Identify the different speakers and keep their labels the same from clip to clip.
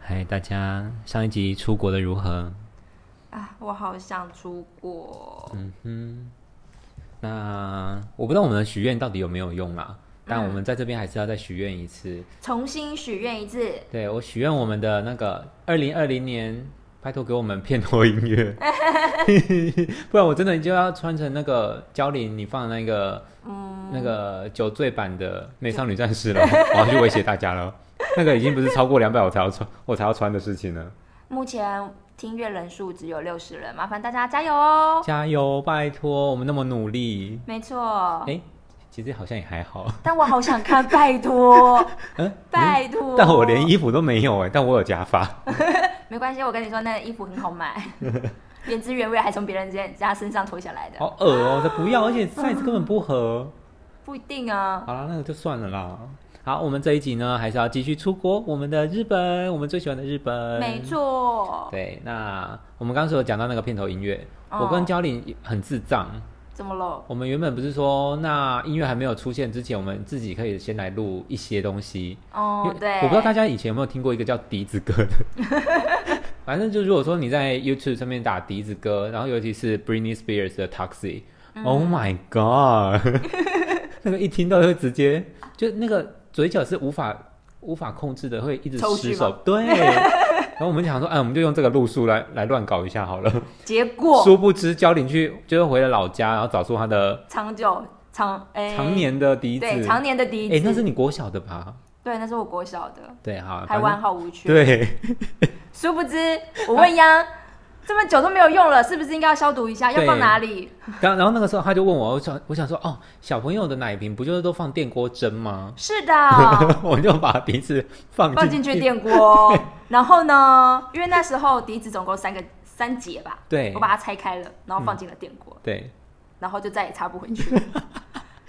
Speaker 1: 嗨，大家，上一集出国的如何？
Speaker 2: 啊，我好想出国。
Speaker 1: 嗯哼，那我不知道我们的许愿到底有没有用啊，但我们在这边还是要再许愿一次。
Speaker 2: 重新许愿一次，
Speaker 1: 对我许愿我们的那个二零二零年，拜托给我们片头音乐，不然我真的就要穿成那个娇玲你放的那个，那个酒醉版的美少女战士了，我要去威胁大家了。那个已经不是超过两百我才要穿，我才要穿的事情了。
Speaker 2: 目前听阅人数只有六十人，麻烦大家加油哦！
Speaker 1: 加油，拜托，我们那么努力。
Speaker 2: 没错，
Speaker 1: 哎、其实好像也还好，
Speaker 2: 但我好想看，拜托，
Speaker 1: 嗯，
Speaker 2: 拜托。
Speaker 1: 但我连衣服都没有哎、但我有假 发。
Speaker 2: 没关系，我跟你说，那衣服很好买， 原汁原味，还从别人家家身上脱下来的，
Speaker 1: 好恶哦、这不要，而且 size 根本不合。
Speaker 2: 不一定啊。
Speaker 1: 好啦，那个就算了啦。好，我们这一集呢，还是要继续出国，我们的日本，我们最喜欢的日本。
Speaker 2: 没。错，
Speaker 1: 嗯对，那我们刚刚是有讲到那个片头音乐，
Speaker 2: 哦
Speaker 1: 我跟焦玲很智障。
Speaker 2: 怎么了？
Speaker 1: 我们原本不是说，那音乐还没有出现之前，我们自己可以先来录一些东西。因
Speaker 2: 哦
Speaker 1: 为，
Speaker 2: 对，
Speaker 1: 我不知道大家以前有没有听过一个叫笛子歌的。 反正就如果说你在 YouTube 上面打笛子歌，然后尤其是 Britney Spears 的 Taxi，Oh、Oh
Speaker 2: 嗯
Speaker 1: my God，那个一听到就会直接就那个嘴角是无法无法控制的，会一直
Speaker 2: 抽
Speaker 1: 失
Speaker 2: 搐
Speaker 1: 手
Speaker 2: 吗。
Speaker 1: 对。然后我们想说，哎，我们就用这个路数来 来乱搞一下好了。
Speaker 2: 结果
Speaker 1: 殊不知，焦玲去就是回了老家，然后找出她的
Speaker 2: 长久长哎，
Speaker 1: 常年的笛子。
Speaker 2: 对常年的笛
Speaker 1: 哎、
Speaker 2: 子，
Speaker 1: 那是你国小的吧？
Speaker 2: 对，那是我国小的，
Speaker 1: 对，好，
Speaker 2: 还
Speaker 1: 反正
Speaker 2: 完好无缺。
Speaker 1: 对。
Speaker 2: 殊不知，我问 央，这么久都没有用了，是不是应该要消毒一下？
Speaker 1: 对
Speaker 2: 要放哪里？
Speaker 1: 刚然后那个时候他就问我，我想我想说，哦，小朋友的奶瓶不就是都放电锅蒸吗？
Speaker 2: 是的，
Speaker 1: 我就把鼻子放
Speaker 2: 哦放进去电锅。然后呢，因为那时候笛子总共三个三节吧，
Speaker 1: 对嗯
Speaker 2: 我把它拆开了，然后放进了电锅，
Speaker 1: 对，
Speaker 2: 然后就再也插不回去 了。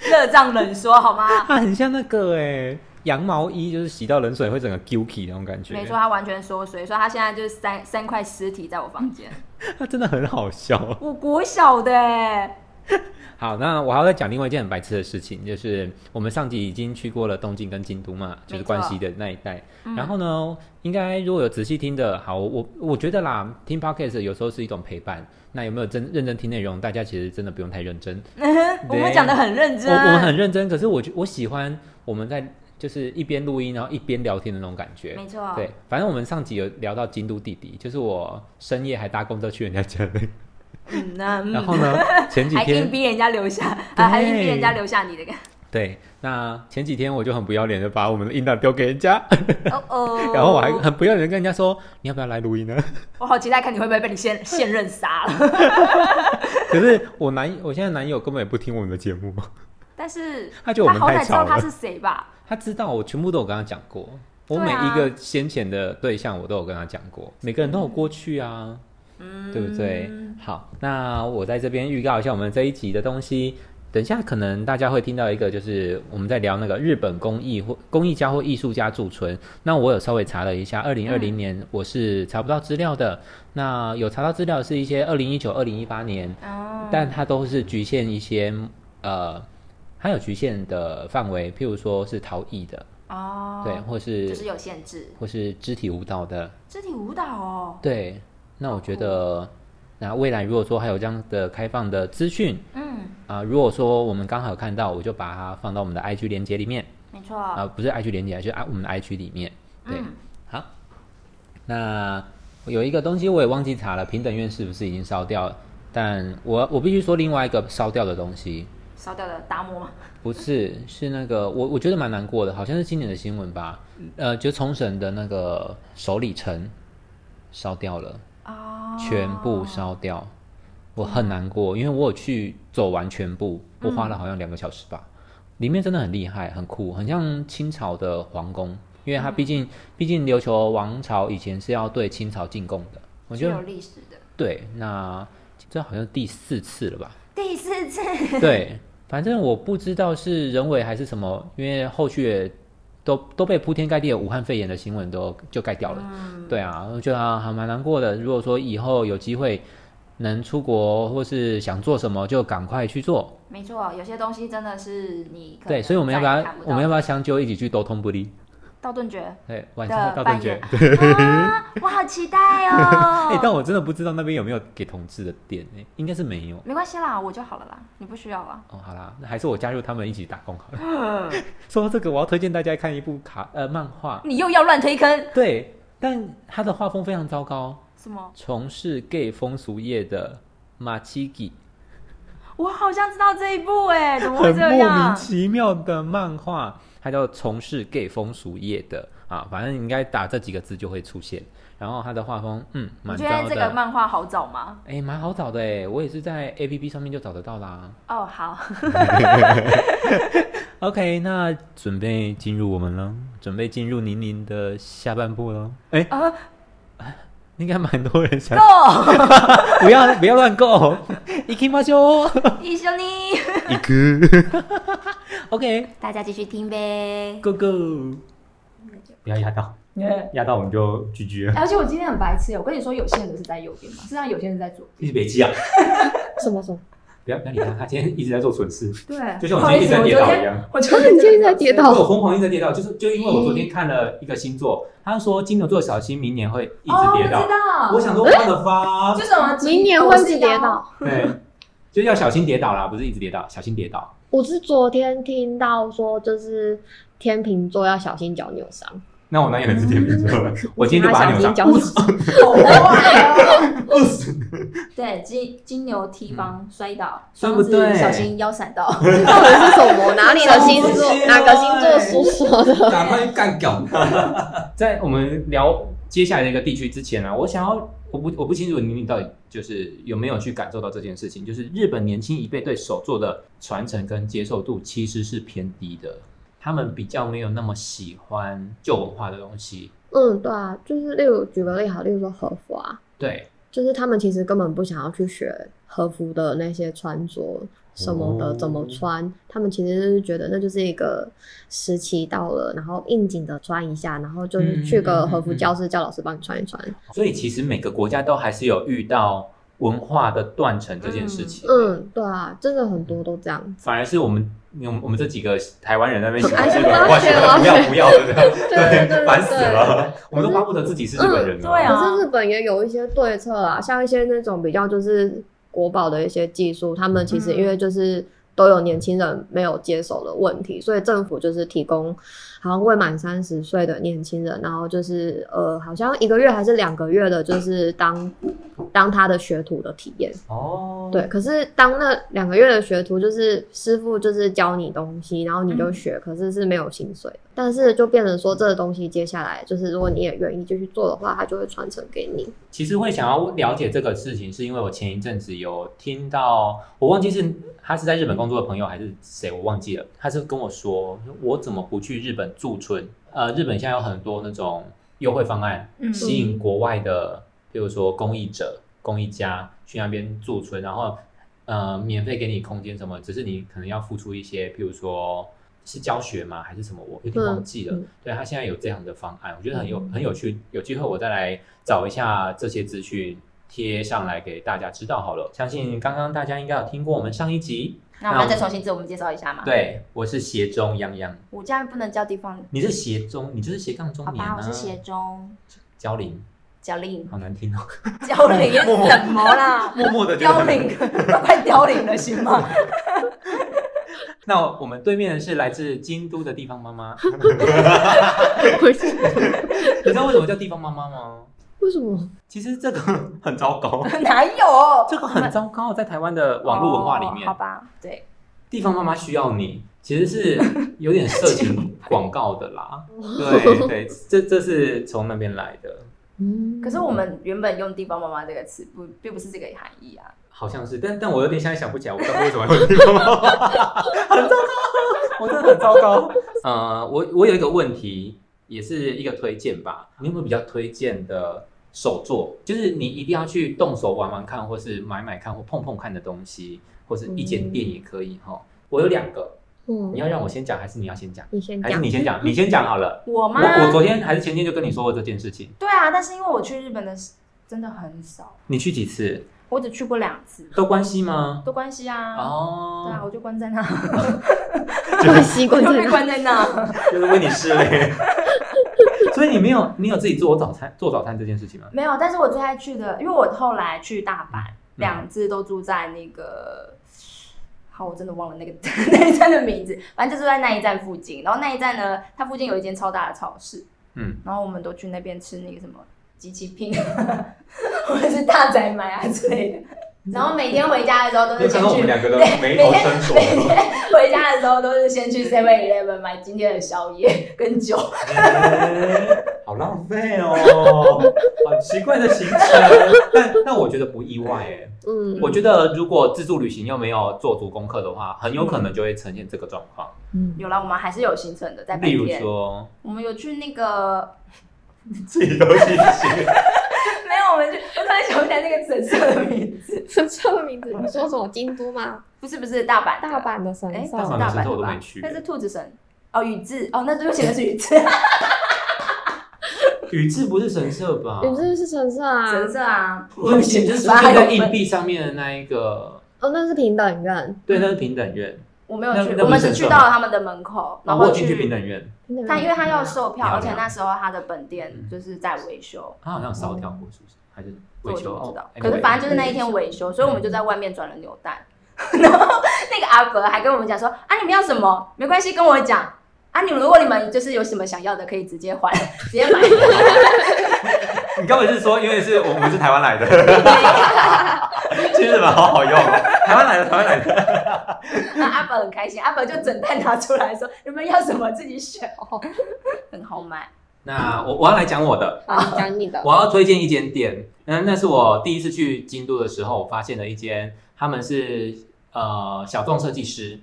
Speaker 2: 热胀冷缩，好 吗？
Speaker 1: 它很像那个哎，羊毛衣，就是洗到冷水会整个 guilty 那种感觉。
Speaker 2: 没错，，它完全缩水，所以它现在就是三三块尸体在我 房间。
Speaker 1: 它真的很好笑。
Speaker 2: 我国小的欸，
Speaker 1: 好，那我还要再讲另外一件很白痴的事情，就是我们上集已经去过了东京跟京都嘛，就是
Speaker 2: 没错嗯
Speaker 1: 关西的那一带。然后呢，应该如果有仔细听的，好，我我觉得啦，听 podcast 有时候是一种陪伴。那有没有真认真听内容？大家其实真的不用太认真。
Speaker 2: 我们讲的很认
Speaker 1: 我
Speaker 2: 真，
Speaker 1: 我们很认真，可是我觉我喜欢我们在就是一边录音，然后一边聊天的那种感觉。
Speaker 2: 没错，
Speaker 1: 对，反正我们上集有聊到京都弟弟，就是我深夜还搭公车去人家家里，
Speaker 2: 嗯，那嗯
Speaker 1: 然后呢，前几
Speaker 2: 还硬
Speaker 1: 天
Speaker 2: 逼人家留下，
Speaker 1: 对
Speaker 2: 啊，还硬逼人家留下你的。
Speaker 1: 对，那前几天我就很不要脸的把我们的音档丢给人家，
Speaker 2: 哦哦。
Speaker 1: 然后我还很不要脸地跟人家说你要不要来录音呢？
Speaker 2: 我好期待看你会不会被你现现任杀了。
Speaker 1: 可是我男我现在男友根本也不听我们的节目，
Speaker 2: 但是
Speaker 1: 他觉得我们
Speaker 2: 好
Speaker 1: 太
Speaker 2: 歹知
Speaker 1: 吵
Speaker 2: 道他
Speaker 1: 了，
Speaker 2: 是谁吧？
Speaker 1: 他知道我全部都有跟他讲过。我
Speaker 2: 对
Speaker 1: 每一
Speaker 2: 啊
Speaker 1: 个先前的对象，我都有跟他讲过，每个人都有过去啊。
Speaker 2: 嗯，
Speaker 1: 对不对？？好，那我在这边预告一下我们这一集的东西。等一下，可能大家会听到一个，就是我们在聊那个日本工艺或工艺家或艺术家驻村。那我有稍微查了一下，二零二
Speaker 2: 嗯
Speaker 1: 零年我是查不到资料的。那有查到资料是一些二零一九、二零一八年，
Speaker 2: 哦，
Speaker 1: 但它都是局限一些呃，它有局限的范围，譬如说是陶艺的，
Speaker 2: 哦，
Speaker 1: 对，，或是、
Speaker 2: 就是有限制。
Speaker 1: 或是肢体舞蹈的，
Speaker 2: 肢体舞蹈哦，
Speaker 1: 对，那我觉得，那未来如果说还有这样的开放的资讯
Speaker 2: 嗯，
Speaker 1: 啊、如果说我们刚好有看到，我就把它放到我们的 IG 连接里面
Speaker 2: 没
Speaker 1: 啊、
Speaker 2: 错。
Speaker 1: 不是 IG 连接，就是啊我们的 IG 里面。对，
Speaker 2: 嗯，
Speaker 1: 好，那有一个东西我也忘记查了，平等院是不是已经烧掉了？但我我必须说另外一个烧掉的东西，
Speaker 2: 烧掉的达摩嘛，
Speaker 1: 不是是那个我我觉得蛮难过的，好像是今年的新闻吧，呃，就冲绳的那个首里城烧掉了。
Speaker 2: 哦，
Speaker 1: 全部烧掉，我很难过，因为我有去走完全部，我花了好像两个小时吧，里面真的很厉害，很酷，很像清朝的皇宫，因为它毕竟、毕竟琉球王朝以前是要对清朝进贡的，我
Speaker 2: 是啊
Speaker 1: 觉得
Speaker 2: 有历史的。
Speaker 1: 对，那这好像第四次了吧？
Speaker 2: 第四次，
Speaker 1: 对，反正我不知道是人为还是什么，因为后续也都都被铺天盖地的武汉肺炎的新闻都就盖掉了。
Speaker 2: 嗯
Speaker 1: 对啊，我觉得还蛮难过的。如果说以后有机会能出国或是想做什么，就赶快去做。
Speaker 2: 没错，有些东西真的是你可能
Speaker 1: 对，所以我们要不
Speaker 2: 再也
Speaker 1: 要
Speaker 2: 看
Speaker 1: 我们要
Speaker 2: 到哦
Speaker 1: 不要相揪一起去都通不离？
Speaker 2: 道顿崛
Speaker 3: 对，晚上
Speaker 2: 的
Speaker 3: 到顿
Speaker 2: 扮
Speaker 3: 觉
Speaker 2: 演。， 啊，我好期待
Speaker 3: 哎、但
Speaker 2: 哦！
Speaker 3: 我真的不知道那边有没有给同志的店哎、应该是没有。
Speaker 2: 没关系啦，我就好了啦，你不需要啦。
Speaker 3: 哦，好啦，那还是我加入他们一起打工好了。 说到这个，我要推荐大家看一部卡呃漫画，
Speaker 2: 你又要乱推坑
Speaker 3: 对，但它的画风非常糟糕，
Speaker 2: 什么？
Speaker 3: 从事 gay 风俗业的马奇吉，
Speaker 2: 我好像知道这一部哎、怎么会
Speaker 3: 很
Speaker 2: 这
Speaker 3: 莫名
Speaker 2: 样？
Speaker 3: 其妙的漫画，它叫从事 gay 风俗业的啊，反正你应该打这几个字就会出现。然后它的画风，嗯，
Speaker 2: 你
Speaker 3: 蛮
Speaker 2: 觉
Speaker 3: 糟
Speaker 2: 得这个
Speaker 3: 的。
Speaker 2: 漫画好找吗？
Speaker 3: 哎，蛮好找的哎，我也是在 A P P 上面就找得到啦。
Speaker 2: 哦，好，
Speaker 3: OK，那准备进入我们了，准备进入宁宁的下半部了。哎、
Speaker 2: 啊
Speaker 3: 应该蛮多人想，
Speaker 2: ，Go，
Speaker 3: 不要不要乱够， 一起马修，
Speaker 2: 一緒に，
Speaker 3: 一个。OK，
Speaker 2: 大家继续听 呗。
Speaker 3: Go Go，
Speaker 1: 不要压到，压到我们就 GG 了。
Speaker 4: 而且我今天很白痴，我跟你说，有些人是在右边嘛，实际上有些人是在左。
Speaker 1: 一直别急啊！
Speaker 5: 什么什么？
Speaker 1: 不要不要理他，他今天一直在做蠢事，
Speaker 4: 对，
Speaker 1: 就像我今天一直在跌倒一样。
Speaker 4: 我昨哦
Speaker 5: 你今天在跌倒
Speaker 1: 我疯狂一直在跌倒，就是就因为我昨天看了一个星座，他说金牛座小心明年会一直
Speaker 4: 哦，我
Speaker 1: 跌
Speaker 4: 知
Speaker 1: 倒。
Speaker 4: 道，
Speaker 1: 我想说我的发，
Speaker 4: 就什么
Speaker 5: 明年会不会跌，倒？
Speaker 1: 对，就要小心跌倒啦，不是一直跌倒，小心跌倒。
Speaker 5: 我是昨天听到说，就是天秤座要小心脚扭伤。
Speaker 1: 那我男友也是天秤座的， 我今天就把他扭
Speaker 5: 小
Speaker 1: 伤，
Speaker 5: 心脚扭伤。
Speaker 1: 饿死。
Speaker 4: 对，金金牛踢方摔倒，
Speaker 1: 对不对
Speaker 4: 双子小心腰闪到。
Speaker 5: 到底是什么？哪里的星座
Speaker 1: 小心？
Speaker 5: 哪个星座叔说的？
Speaker 1: 赶快干掉他！在我们聊接下来的一个地区之前呢、啊，我想要，我不我不清楚你你到底就是有没有去感受到这件事情，就是日本年轻一辈对手作的传承跟接受度其实是偏低的，他们比较没有那么喜欢旧文化的东西。
Speaker 5: 嗯，对啊，就是例如举个例好，例如说和服啊，
Speaker 1: 对，
Speaker 5: 就是他们其实根本不想要去学和服的那些穿着什么的
Speaker 1: 哦
Speaker 5: 怎么穿，他们其实就是觉得那就是一个时期到了，然后应景的穿一下，然后
Speaker 1: 嗯
Speaker 5: 就是去个和服教室叫老师帮你穿一穿。
Speaker 1: 所以其实每个国家都还是有遇到文化的断层这件事情。
Speaker 5: 嗯，对啊，真的很多都这样。
Speaker 1: 反而是我们我们我们这几个台湾人在那 边喜欢
Speaker 5: 哎
Speaker 1: 日本文
Speaker 5: 我
Speaker 1: 化，
Speaker 5: 要
Speaker 1: 喜
Speaker 5: 学
Speaker 1: 欢不要不要的这 样，
Speaker 5: 对对对对
Speaker 1: 烦死了，我们都巴不得自己是日本人
Speaker 2: 嗯对啊
Speaker 5: 可是日本也有一些对策啊，像一些那种比较就是国宝的一些技术，他们其实
Speaker 2: 嗯
Speaker 5: 因为就是都有年轻人没有接手的问题，所以政府就是提供好像未满三十岁的年轻人，然后就是呃，好像一个月还是两个月的，就是当当他的学徒的体验。
Speaker 1: 哦，
Speaker 5: 对，可是当那两个月的学徒，就是师傅就是教你东西，然后你就学，可是是没有薪水的。但是就变成说，这个东西接下来就是如果你也愿意继续做的话，它就会传承给 你。
Speaker 1: 其实会想要了解这个事情，是因为我前一阵子有听到，我忘记是他是在日本工作的朋友还是谁，我忘记了。他是跟我说，我怎么不去日本驻村？呃，日本现在有很多那种优惠方案，
Speaker 2: 嗯
Speaker 1: 吸引国外的，比如说公益者、公益家去那边驻村，然后呃，免费给你空间什么，只是你可能要付出一些，比如说是教学吗，还是什么？我有点忘记了。
Speaker 5: 嗯嗯
Speaker 1: 对他现在有这样的方案，我觉得很
Speaker 2: 嗯
Speaker 1: 有很有趣。有机会我再来找一下这些资讯贴上来给大家知道好了。相信刚刚大家应该有听过我们上一集，
Speaker 2: 那我们再重新自我们介绍一下嘛。，
Speaker 1: 对我是斜中泱泱，
Speaker 2: 我这样不能叫地方，
Speaker 1: 你是斜中，你就是斜杠中
Speaker 2: 好
Speaker 1: 年啊。
Speaker 2: 吧？我是斜中
Speaker 1: 娇玲，
Speaker 2: 脚令，
Speaker 1: 好难听 哦。
Speaker 2: 脚令什么啦？
Speaker 1: 默默的
Speaker 2: 凋零， 都快凋零了，行吗？
Speaker 1: 那我们对面的是来自京都的地方妈 妈，
Speaker 5: 为什么？
Speaker 1: 你知道为什么叫地方妈妈吗？
Speaker 5: 为什么？
Speaker 1: 其实这个很糟 糕，
Speaker 2: 哪有？
Speaker 1: 这个很糟糕，在台湾的网络文化里面，
Speaker 2: 哦好吧，对，
Speaker 1: 地方妈妈需要你，其实是有点色情广告的 啦。对对，这这是从那边来的，
Speaker 5: 嗯，
Speaker 2: 可是我们原本用“地方妈妈”这个词，不，并不是这个含义啊。
Speaker 1: 好像是，但但我有点现在想不起来，我 当初为什么会地方妈妈，很糟糕，我真的很糟糕。 呃，我我有一个问题，也是一个推荐吧，你有没有比较推荐的手作？就是你一定要去动手玩玩看，或是买买看，或碰碰看的东西，或是一间店也可以哈、我有两个，
Speaker 5: 嗯
Speaker 1: 你，要让我先讲，还是你要先讲？
Speaker 5: 你先
Speaker 1: 还是
Speaker 5: 讲
Speaker 1: 你。先讲，你先讲好 了。
Speaker 2: 我吗？
Speaker 1: 我我昨天还是前天就跟你说过这件事情。
Speaker 2: 对啊，但是因为我去日本的时真的很少，
Speaker 1: 你去几次？
Speaker 2: 我只去过两次，
Speaker 1: 都关系吗？
Speaker 2: 都关系啊。对啊，
Speaker 1: 哦，
Speaker 2: 我就关在那，
Speaker 5: 关系关
Speaker 2: 就
Speaker 5: 系
Speaker 2: 被关在那。
Speaker 1: 就是为你失恋。所以你没有，你有自己做早餐做早餐这件事情吗？
Speaker 2: 没有，但是我最爱去的，因为我后来去大阪，
Speaker 1: 嗯
Speaker 2: 两次都住在那个，好，我真的忘了那个 那一站的名字，反正就住在那一站附近。然后那一站呢，它附近有一间超大的超市，
Speaker 1: 嗯，
Speaker 2: 然后我们都去那边吃那个什么机器拼， 或者是大宅买啊之类的。
Speaker 1: 嗯
Speaker 2: 然后每天回家的时候都
Speaker 1: 你有
Speaker 2: 是
Speaker 1: 看到
Speaker 2: 先
Speaker 1: 我
Speaker 2: 去
Speaker 1: 们两个的眉头深锁
Speaker 2: 每天 回家的时候都是先去 Seven Eleven 买今天的宵夜跟酒，
Speaker 1: 哎好浪费哦， 好奇怪的行程。但但我觉得不意外哎、
Speaker 5: 嗯，
Speaker 1: 我觉得如果自助旅行又没有做足功课的话，很有可能就会呈现这个状况。
Speaker 5: 嗯
Speaker 2: 有啦，我们还是有行程的，在白
Speaker 1: 例如
Speaker 2: 天。
Speaker 1: 说，
Speaker 2: 我们有去那个，
Speaker 1: 自己都去行，
Speaker 2: 没有，我们去，我突然想不起来那个神社的名字，
Speaker 5: 神社的名字，你说什么？京都吗？
Speaker 2: 不是不是大阪的，
Speaker 5: 大阪的神
Speaker 2: 哎，
Speaker 5: 社
Speaker 2: 大
Speaker 1: 阪
Speaker 2: 阪
Speaker 1: 的
Speaker 2: 大
Speaker 1: 神社
Speaker 2: 阪
Speaker 1: 我
Speaker 2: 的
Speaker 1: 都
Speaker 2: 吧
Speaker 1: 没去
Speaker 2: 那是兔子神哦，宇治哦，那对不起，那是宇治
Speaker 1: 宇治不是神社吧？
Speaker 5: 宇治是神社啊，
Speaker 2: 神社啊，
Speaker 1: 我以前就是出现在硬币上面的那一个，
Speaker 5: 哦，那是平等院，
Speaker 1: 对，那是平等院。
Speaker 2: 我没有
Speaker 1: 那
Speaker 2: 去，
Speaker 1: 那
Speaker 2: 我
Speaker 1: 不
Speaker 2: 们
Speaker 1: 是神
Speaker 2: 只去
Speaker 1: 社
Speaker 2: 到
Speaker 1: 吗
Speaker 2: 了他们的门口，
Speaker 1: 啊
Speaker 2: 嗯然
Speaker 1: 我
Speaker 2: 后
Speaker 1: 有进去嗯平等院，
Speaker 5: 平等
Speaker 2: 他因为他要
Speaker 5: 说
Speaker 2: 售票，
Speaker 1: 漂亮
Speaker 2: 而且那时候他的本店
Speaker 1: 嗯
Speaker 2: 就是在维修，
Speaker 1: 他好像烧掉过，是不是？还是
Speaker 2: 嗯这
Speaker 1: 维
Speaker 2: 我就
Speaker 1: 修？
Speaker 2: 不知道
Speaker 1: 哦。
Speaker 2: 可是反正就是那一天维修，所以我
Speaker 1: 嗯
Speaker 2: 们就在外面转了扭蛋。 然后那个阿伯还跟我们讲说：“啊，你们要什么？没关系，跟我讲。啊，你们如果你们就是有什么想要的，可以直接还，直接买。
Speaker 1: 你根本是说，因为是我们是台湾来的，去日本好好用，台湾来的，台湾来的。”
Speaker 2: 那阿伯很开心，阿伯就整袋拿出来说：“你们要什么自己选哦，很好买。
Speaker 1: 那我我要来讲我的，
Speaker 5: 啊，你讲你的，
Speaker 1: 我要推荐一间店，嗯那那是我第一次去京都的时候，我发现了一间，他们是呃小众设计师，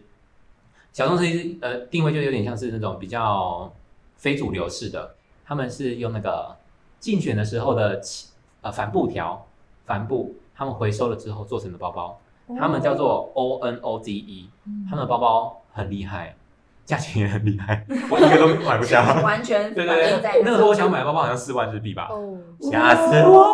Speaker 1: 小众设计师呃定位就有点像是那种比较非主流式的，他们是用那个竞选的时候的起呃帆布条帆布，他们回收了之后做成的包包，他们叫做 O N O Z E，他们的包包很厉害，价钱也很厉害，我一个都买不”下。
Speaker 2: 完全
Speaker 1: 对
Speaker 2: 反
Speaker 1: 对
Speaker 2: 映在
Speaker 1: 对，那个时候我想买包包好像四万日币吧，
Speaker 5: 哦，
Speaker 1: 吓死我！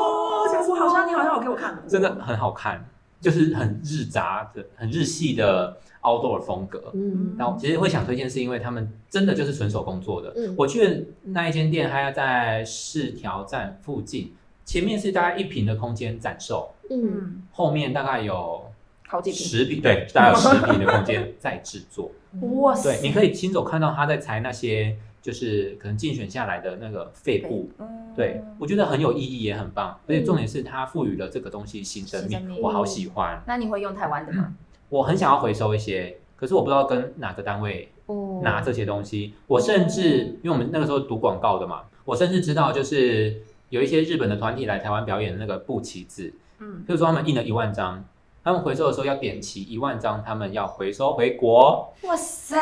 Speaker 1: 吓死
Speaker 2: 我好像你好像有给我看过，
Speaker 1: 真的很好看，就是很日杂的、很日系的 outdoor 风格。
Speaker 5: 嗯
Speaker 1: 那我其实会想推荐，是因为他们真的就是纯手工做的。
Speaker 5: 嗯，
Speaker 1: 我去的那一间店，它要在市条站附近，前面是大概一平的空间展售，
Speaker 5: 嗯
Speaker 2: 嗯，
Speaker 1: 后面大概有
Speaker 2: 好几瓶，
Speaker 1: 十平，对，大概有十平的空间在制作。
Speaker 2: 哇塞
Speaker 1: 对，，你可以亲手看到他在裁那些，就是可能竞选下来的那个废布。
Speaker 2: 嗯
Speaker 1: 对，我觉得很有意义，也很棒，而且重点是它赋予了这个东西新生
Speaker 2: 新生
Speaker 1: 命，
Speaker 2: 命
Speaker 1: 我好喜欢。
Speaker 2: 那你会用台湾的吗？
Speaker 1: 我很想要回收一些，可是我不知道跟哪个单位
Speaker 5: 哦，
Speaker 2: 嗯
Speaker 1: 拿这些东西。我甚至因为我们那个时候读广告的嘛，我甚至知道就是有一些日本的团体来台湾表演的那个布旗子，
Speaker 2: 嗯，
Speaker 1: 譬如说他们印了一万张，他们回收的时候要点齐一万张，他们要回收回国。
Speaker 2: 哇塞，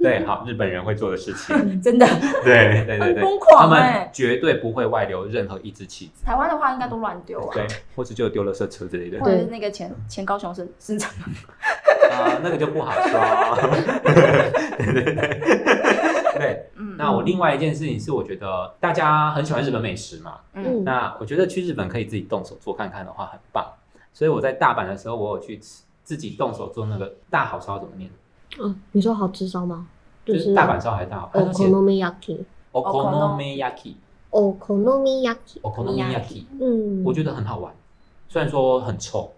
Speaker 1: 对，好，日本人会做的事情。
Speaker 2: 真的
Speaker 1: 对对对
Speaker 2: 很
Speaker 1: 对，
Speaker 2: 疯狂
Speaker 1: 他们
Speaker 2: 欸
Speaker 1: 绝对不会外流任何一支旗子，
Speaker 2: 台湾的话应该都乱丢啊，
Speaker 1: 对，或者就丢了色车之类的
Speaker 2: 或者是那个前前高雄市市长，
Speaker 1: 啊，那个就不好说。 对对对 对，
Speaker 2: 嗯，
Speaker 1: 那我另外一件事情是，我觉得大家很喜欢日本美食嘛，
Speaker 2: 嗯
Speaker 1: 那我觉得去日本可以自己动手做看看的话，很棒。所以我在大阪的时候，我有去吃自己动手做那个大好烧怎么念？
Speaker 5: 嗯，你说好吃烧吗？哦
Speaker 1: 就是大阪烧还是大好？它都写
Speaker 5: okonomiyaki。
Speaker 1: okonomiyaki
Speaker 5: 哦 okonomiyaki，
Speaker 1: okonomiyaki，
Speaker 5: 嗯，
Speaker 1: 我觉得很好玩，虽然说很臭，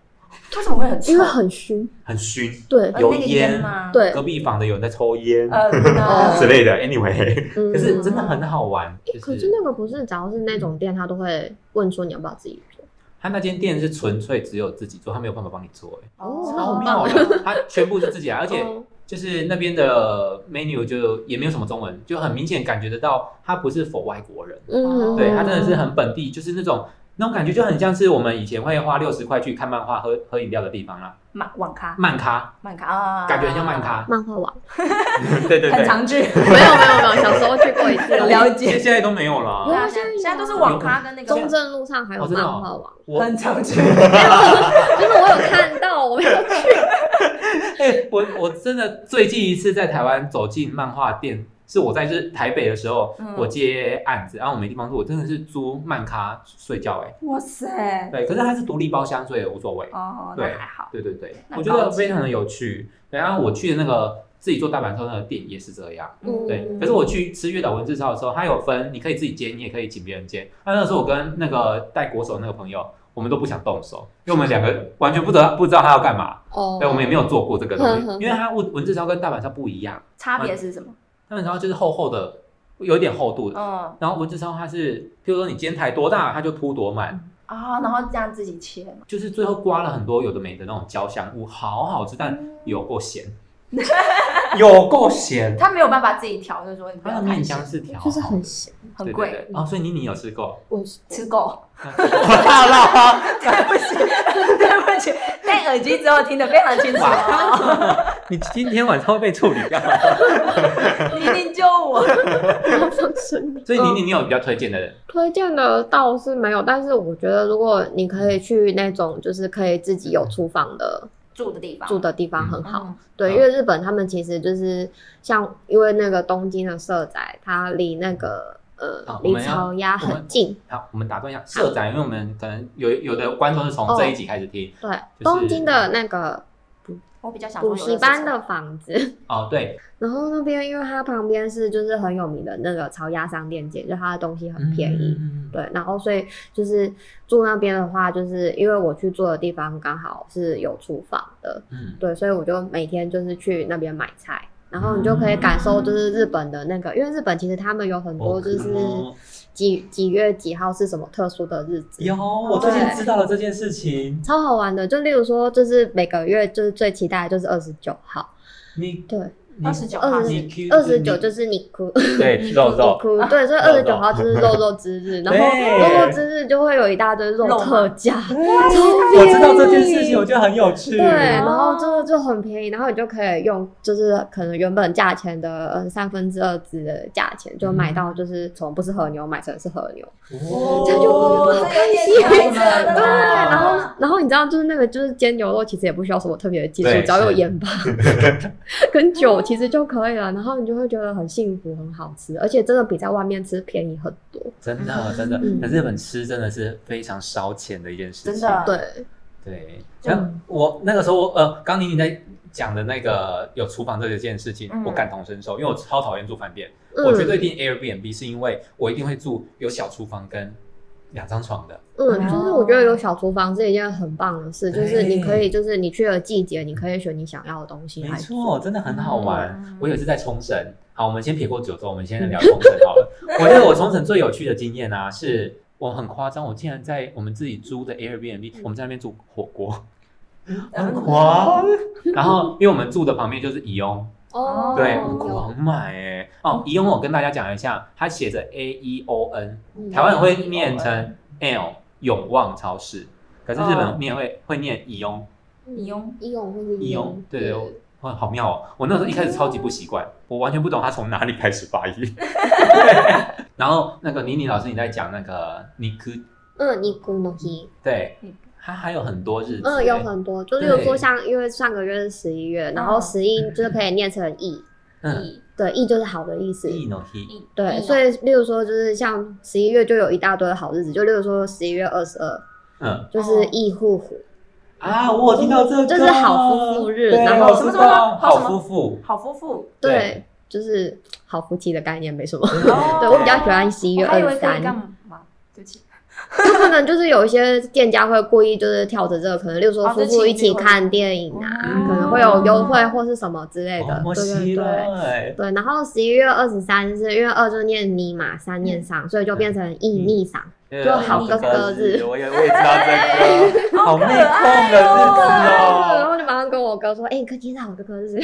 Speaker 2: 为什么会很臭
Speaker 5: 因为很虚，
Speaker 1: 很熏，
Speaker 5: 对
Speaker 2: 呃
Speaker 1: 有
Speaker 2: 那个
Speaker 1: 烟
Speaker 2: 吗？，
Speaker 5: 对，
Speaker 1: 隔壁房的有人在抽烟
Speaker 2: 呃，
Speaker 5: 哦
Speaker 1: 之类的。Anyway，
Speaker 5: 嗯
Speaker 1: 可是真的很好玩，就
Speaker 5: 可
Speaker 1: 是
Speaker 5: 是那个不是，只要是那种店，他都会问说你要不要自己做。
Speaker 1: 他那间店是纯粹只有自己做，他没有办法帮你做，哎，
Speaker 5: 哦那
Speaker 1: 超
Speaker 5: 好
Speaker 1: 妙
Speaker 5: 棒
Speaker 1: 的，他全部是自己来，而
Speaker 5: 而
Speaker 1: 且
Speaker 2: 哦
Speaker 1: 就是那边的 menu 就也没有什么中文，就很明显感觉得到他不是否外国人，
Speaker 5: 嗯，
Speaker 1: 对他真的是很本地，就是那种那种感觉就很像是我们以前会花六十块去看漫画、喝喝饮料的地方啦，
Speaker 2: 漫网咖，
Speaker 1: 漫咖，
Speaker 2: 漫咖啊，
Speaker 1: 感觉很像漫，咖，
Speaker 5: 漫画网。
Speaker 1: 对对
Speaker 2: 很
Speaker 1: 对，
Speaker 2: 常去，
Speaker 5: 没有没有没有，小时候去过一次。
Speaker 2: 了
Speaker 1: 现
Speaker 2: 解。
Speaker 1: 现在都没有了
Speaker 5: 有
Speaker 2: 对
Speaker 1: 啊。
Speaker 5: 啊
Speaker 2: 啊
Speaker 5: 现
Speaker 2: 现在
Speaker 5: 在
Speaker 2: 现在都是网咖跟那
Speaker 5: 中
Speaker 2: 个
Speaker 5: 正路上还有
Speaker 1: 哦真的哦哦
Speaker 5: 漫画网，
Speaker 1: 我
Speaker 2: 很常去，
Speaker 5: 就是我有看到， 我没有
Speaker 1: 哎、我我真的最近一次在台湾走进漫画店，是我在日台北的时候，
Speaker 2: 嗯
Speaker 1: 我接案子，然后我没地方住，我真的是租漫咖睡觉、哎，
Speaker 2: 哇塞，
Speaker 1: 对，可是它是独立包厢，所以无所谓。
Speaker 2: 哦，
Speaker 1: 对
Speaker 2: 那还好，
Speaker 1: 对对对，
Speaker 2: 那
Speaker 1: 我
Speaker 2: 很
Speaker 1: 觉得
Speaker 2: 高级
Speaker 1: 非常的有趣。对然后我去的那个自己做大阪烧那个店也是这样。
Speaker 5: 嗯
Speaker 1: 对，可是我去吃月岛文字烧的时候，它有分，你可以自己煎，你也可以请别人煎。那那时候我跟那个带国手那个朋友，我们都不想动手，因为我们两个完全不知道不知道他要干嘛，
Speaker 5: 哦
Speaker 1: 对，我们也没有做过这个东
Speaker 5: 哼哼
Speaker 1: 西，因为它文文字烧跟大阪烧不一样，
Speaker 2: 差别是什么？
Speaker 1: 大阪烧就是厚厚的，有一点厚
Speaker 5: 哦
Speaker 1: 度的，
Speaker 2: 嗯
Speaker 1: 然后文字烧它是，譬如说你煎台多大，它就铺多满，
Speaker 5: 嗯
Speaker 2: 啊，然后这样自己切嘛。
Speaker 1: 就是最后刮了很多有的没的那种焦香物，好好吃，但
Speaker 5: 嗯
Speaker 1: 有够咸， 有够咸，
Speaker 2: 他没有办法自己调，就说你不
Speaker 1: 它
Speaker 2: 要
Speaker 1: 的
Speaker 2: 太
Speaker 1: 面
Speaker 2: 咸
Speaker 1: 香，是调好的，
Speaker 5: 就是很咸。
Speaker 2: 很
Speaker 1: 对
Speaker 2: 贵，
Speaker 1: 对对哦，所以妮妮有吃过，
Speaker 5: 我
Speaker 2: 吃够。
Speaker 1: 辣辣
Speaker 2: 对不起，戴耳机之后听得非常清楚哦，
Speaker 1: 你今天晚上会被处理掉。
Speaker 2: 你一定救我。
Speaker 5: 放生
Speaker 1: 所以妮妮，你有比较推荐的人？
Speaker 5: 推荐的倒是没有，但是我觉得如果你可以去那种就是可以自己有厨房的
Speaker 2: 住的地方，
Speaker 5: 住的地方很好。
Speaker 2: 嗯
Speaker 5: 对，
Speaker 1: 好
Speaker 5: 因为日本他们其实就是像，因为那个东京的社宅，它离那个
Speaker 1: 啊
Speaker 5: 呃
Speaker 1: 我
Speaker 5: 离
Speaker 1: 们要
Speaker 5: 草鸭
Speaker 1: 我们
Speaker 5: 很近。
Speaker 1: 好，我们打断一下社宅，因为我们可能有有的观众是从这一集开始听
Speaker 5: 对，
Speaker 1: 是
Speaker 5: 东京的那个
Speaker 2: 我比较想说
Speaker 5: 补
Speaker 2: 有
Speaker 5: 习
Speaker 2: 是
Speaker 5: 班
Speaker 2: 什么
Speaker 5: 的房子，
Speaker 1: 哦，对，
Speaker 5: 然后那边因为它旁边是就是很有名的那个草鸭商店街，就它的东西很便宜。
Speaker 1: 嗯
Speaker 5: 对，然后所以就是住那边的话，就是因为我去住的地方刚好是有厨房的，
Speaker 1: 嗯，
Speaker 5: 对，所以我就每天就是去那边买菜，然后你就可以感受就是日本的那个，因为日本其实他们有很多就是
Speaker 1: 哦
Speaker 5: 几几月几号是什么特殊的日子，
Speaker 1: 有，我最近知道了这件事情。
Speaker 5: 超好玩的。就例如说，就是每个月就是最期待的就是二十九号，
Speaker 1: 你
Speaker 5: 对，
Speaker 1: 你
Speaker 2: 29
Speaker 5: 二
Speaker 2: 号
Speaker 5: 十
Speaker 1: 你
Speaker 5: 二十九
Speaker 1: 你
Speaker 5: 就是你哭。
Speaker 1: 对肉
Speaker 5: 你
Speaker 1: 肉，
Speaker 5: 哭，对，所以
Speaker 1: 肉
Speaker 5: 二
Speaker 1: 肉
Speaker 5: 十九号就是肉肉之日，然后
Speaker 1: 对
Speaker 5: 肉肉之日就会有一大堆肉
Speaker 2: 肉吗
Speaker 5: 特价，
Speaker 1: 我知道这件事情，我觉得很有趣。
Speaker 5: 对，然后就就很便宜，然后你就可以用就是可能原本价钱的呃三分之二值的价钱，就买
Speaker 1: 嗯
Speaker 5: 到就是从不是和牛买成是和牛，
Speaker 1: 哦
Speaker 5: 这样就
Speaker 2: 哦
Speaker 5: 好
Speaker 2: 这有点
Speaker 5: 开
Speaker 2: 太
Speaker 5: 心
Speaker 2: 扯了
Speaker 5: 对，
Speaker 2: 啦
Speaker 5: 然后然后你知道就是那个就是煎牛肉，其实也不需要什么特别的技术
Speaker 1: 对，
Speaker 5: 只要有
Speaker 1: 是
Speaker 5: 盐巴 跟酒其实就可以了，然后你就会觉得很幸福，很好吃，而且真的比在外面吃便宜很多。
Speaker 1: 真的真的，
Speaker 5: 嗯
Speaker 1: 在日本吃真的是非常烧钱的一件事情。
Speaker 2: 真的
Speaker 5: 对，
Speaker 1: 对，那我那个时候，呃，刚宁你在讲的那个有厨房这件事情，
Speaker 2: 嗯
Speaker 1: 我感同身受，因为我超讨厌住饭店。
Speaker 5: 嗯
Speaker 1: 我绝对订 Airbnb 是因为我一定会住有小厨房跟两张床的。
Speaker 5: 嗯，就是我觉得有小厨房是一件很棒的事，就是你可
Speaker 1: 对
Speaker 5: 以，就是你去了季节，你可以选你想要的东西
Speaker 1: 没
Speaker 5: 来
Speaker 1: 错，
Speaker 5: 做。
Speaker 1: 真的很好玩。
Speaker 2: 嗯
Speaker 1: 我有一次在冲绳，好，我们先撇过九州，我们先聊冲绳好了。我觉得我冲绳最有趣的经验啊，是我很夸张，我竟然在我们自己租的
Speaker 2: 嗯
Speaker 1: Airbnb，我们在那边煮火锅， 很
Speaker 2: 嗯
Speaker 1: 狂。然后因为我们住的旁边就是宜翁，
Speaker 2: 哦
Speaker 1: 对，
Speaker 2: 哦
Speaker 1: 狂买哎、哦，宜翁我跟大家讲一下，它写着 A E O N，台
Speaker 5: 嗯
Speaker 1: 湾人会念成
Speaker 2: E
Speaker 1: L 永旺超市，可是日
Speaker 2: 哦
Speaker 1: 本念会、会念宜翁
Speaker 2: 你用
Speaker 5: 医嗯用或是
Speaker 1: 宜翁，对对。我哇，好妙哦！我那时候一开始超级不习惯，我完全不懂它从哪里开始发音。 对然后那个妮妮老师你在讲那个尼克，
Speaker 5: 嗯，尼古诺基，
Speaker 1: 对
Speaker 2: 嗯，
Speaker 1: 它还有很多日子、
Speaker 5: 嗯，有很多，就例如
Speaker 1: 对
Speaker 5: 说像，因为上个月是十一月，然
Speaker 2: 嗯
Speaker 5: 后十一就是可以念成意，
Speaker 1: 嗯，
Speaker 2: 意
Speaker 5: 对，意就是好的意思。
Speaker 1: 意诺提，
Speaker 2: 意
Speaker 5: 对，所
Speaker 2: 以
Speaker 5: 以例如说就是像十一月就有一大堆好日子，就例如说十一月二十二
Speaker 1: 嗯
Speaker 5: 就是意护虎，
Speaker 1: 啊，我有听到这个，
Speaker 5: 就是好夫妇日
Speaker 1: 对
Speaker 5: 然后
Speaker 1: 我知
Speaker 2: 什么什
Speaker 1: 道
Speaker 2: 么
Speaker 1: 好
Speaker 2: 好什
Speaker 1: 夫
Speaker 2: 么
Speaker 1: 妇，
Speaker 2: 好夫妇。
Speaker 5: 对，就是好福气的概念，没什么。
Speaker 2: 对
Speaker 5: 对我比
Speaker 1: 哦
Speaker 5: 较喜欢十一月
Speaker 2: 哦我还
Speaker 5: 二
Speaker 2: 以为
Speaker 5: 十
Speaker 2: 可以
Speaker 5: 三，
Speaker 2: 干嘛？对不起，
Speaker 5: 就可能就是有一些店家会故意就是跳着这个，可能例如说
Speaker 2: 哦就
Speaker 5: 夫
Speaker 2: 是
Speaker 5: 妇一
Speaker 2: 情侣
Speaker 5: 起
Speaker 2: 会
Speaker 5: 看电影啊，
Speaker 2: 嗯
Speaker 5: 可能会有优惠或是什么之类的，
Speaker 1: 哦
Speaker 5: 对对对。
Speaker 1: 对，
Speaker 5: 对，然后十一月二十三是因为二就念尼嘛，三念
Speaker 2: 嗯
Speaker 5: 上，所以就变成意
Speaker 1: 嗯
Speaker 5: 逆上。就好哥哥日
Speaker 1: 我也我也知道这 个，好内控的哦嗯
Speaker 5: 然
Speaker 1: 日
Speaker 5: 后就马上跟我哥说：“哎、你可以听到我哥哥日。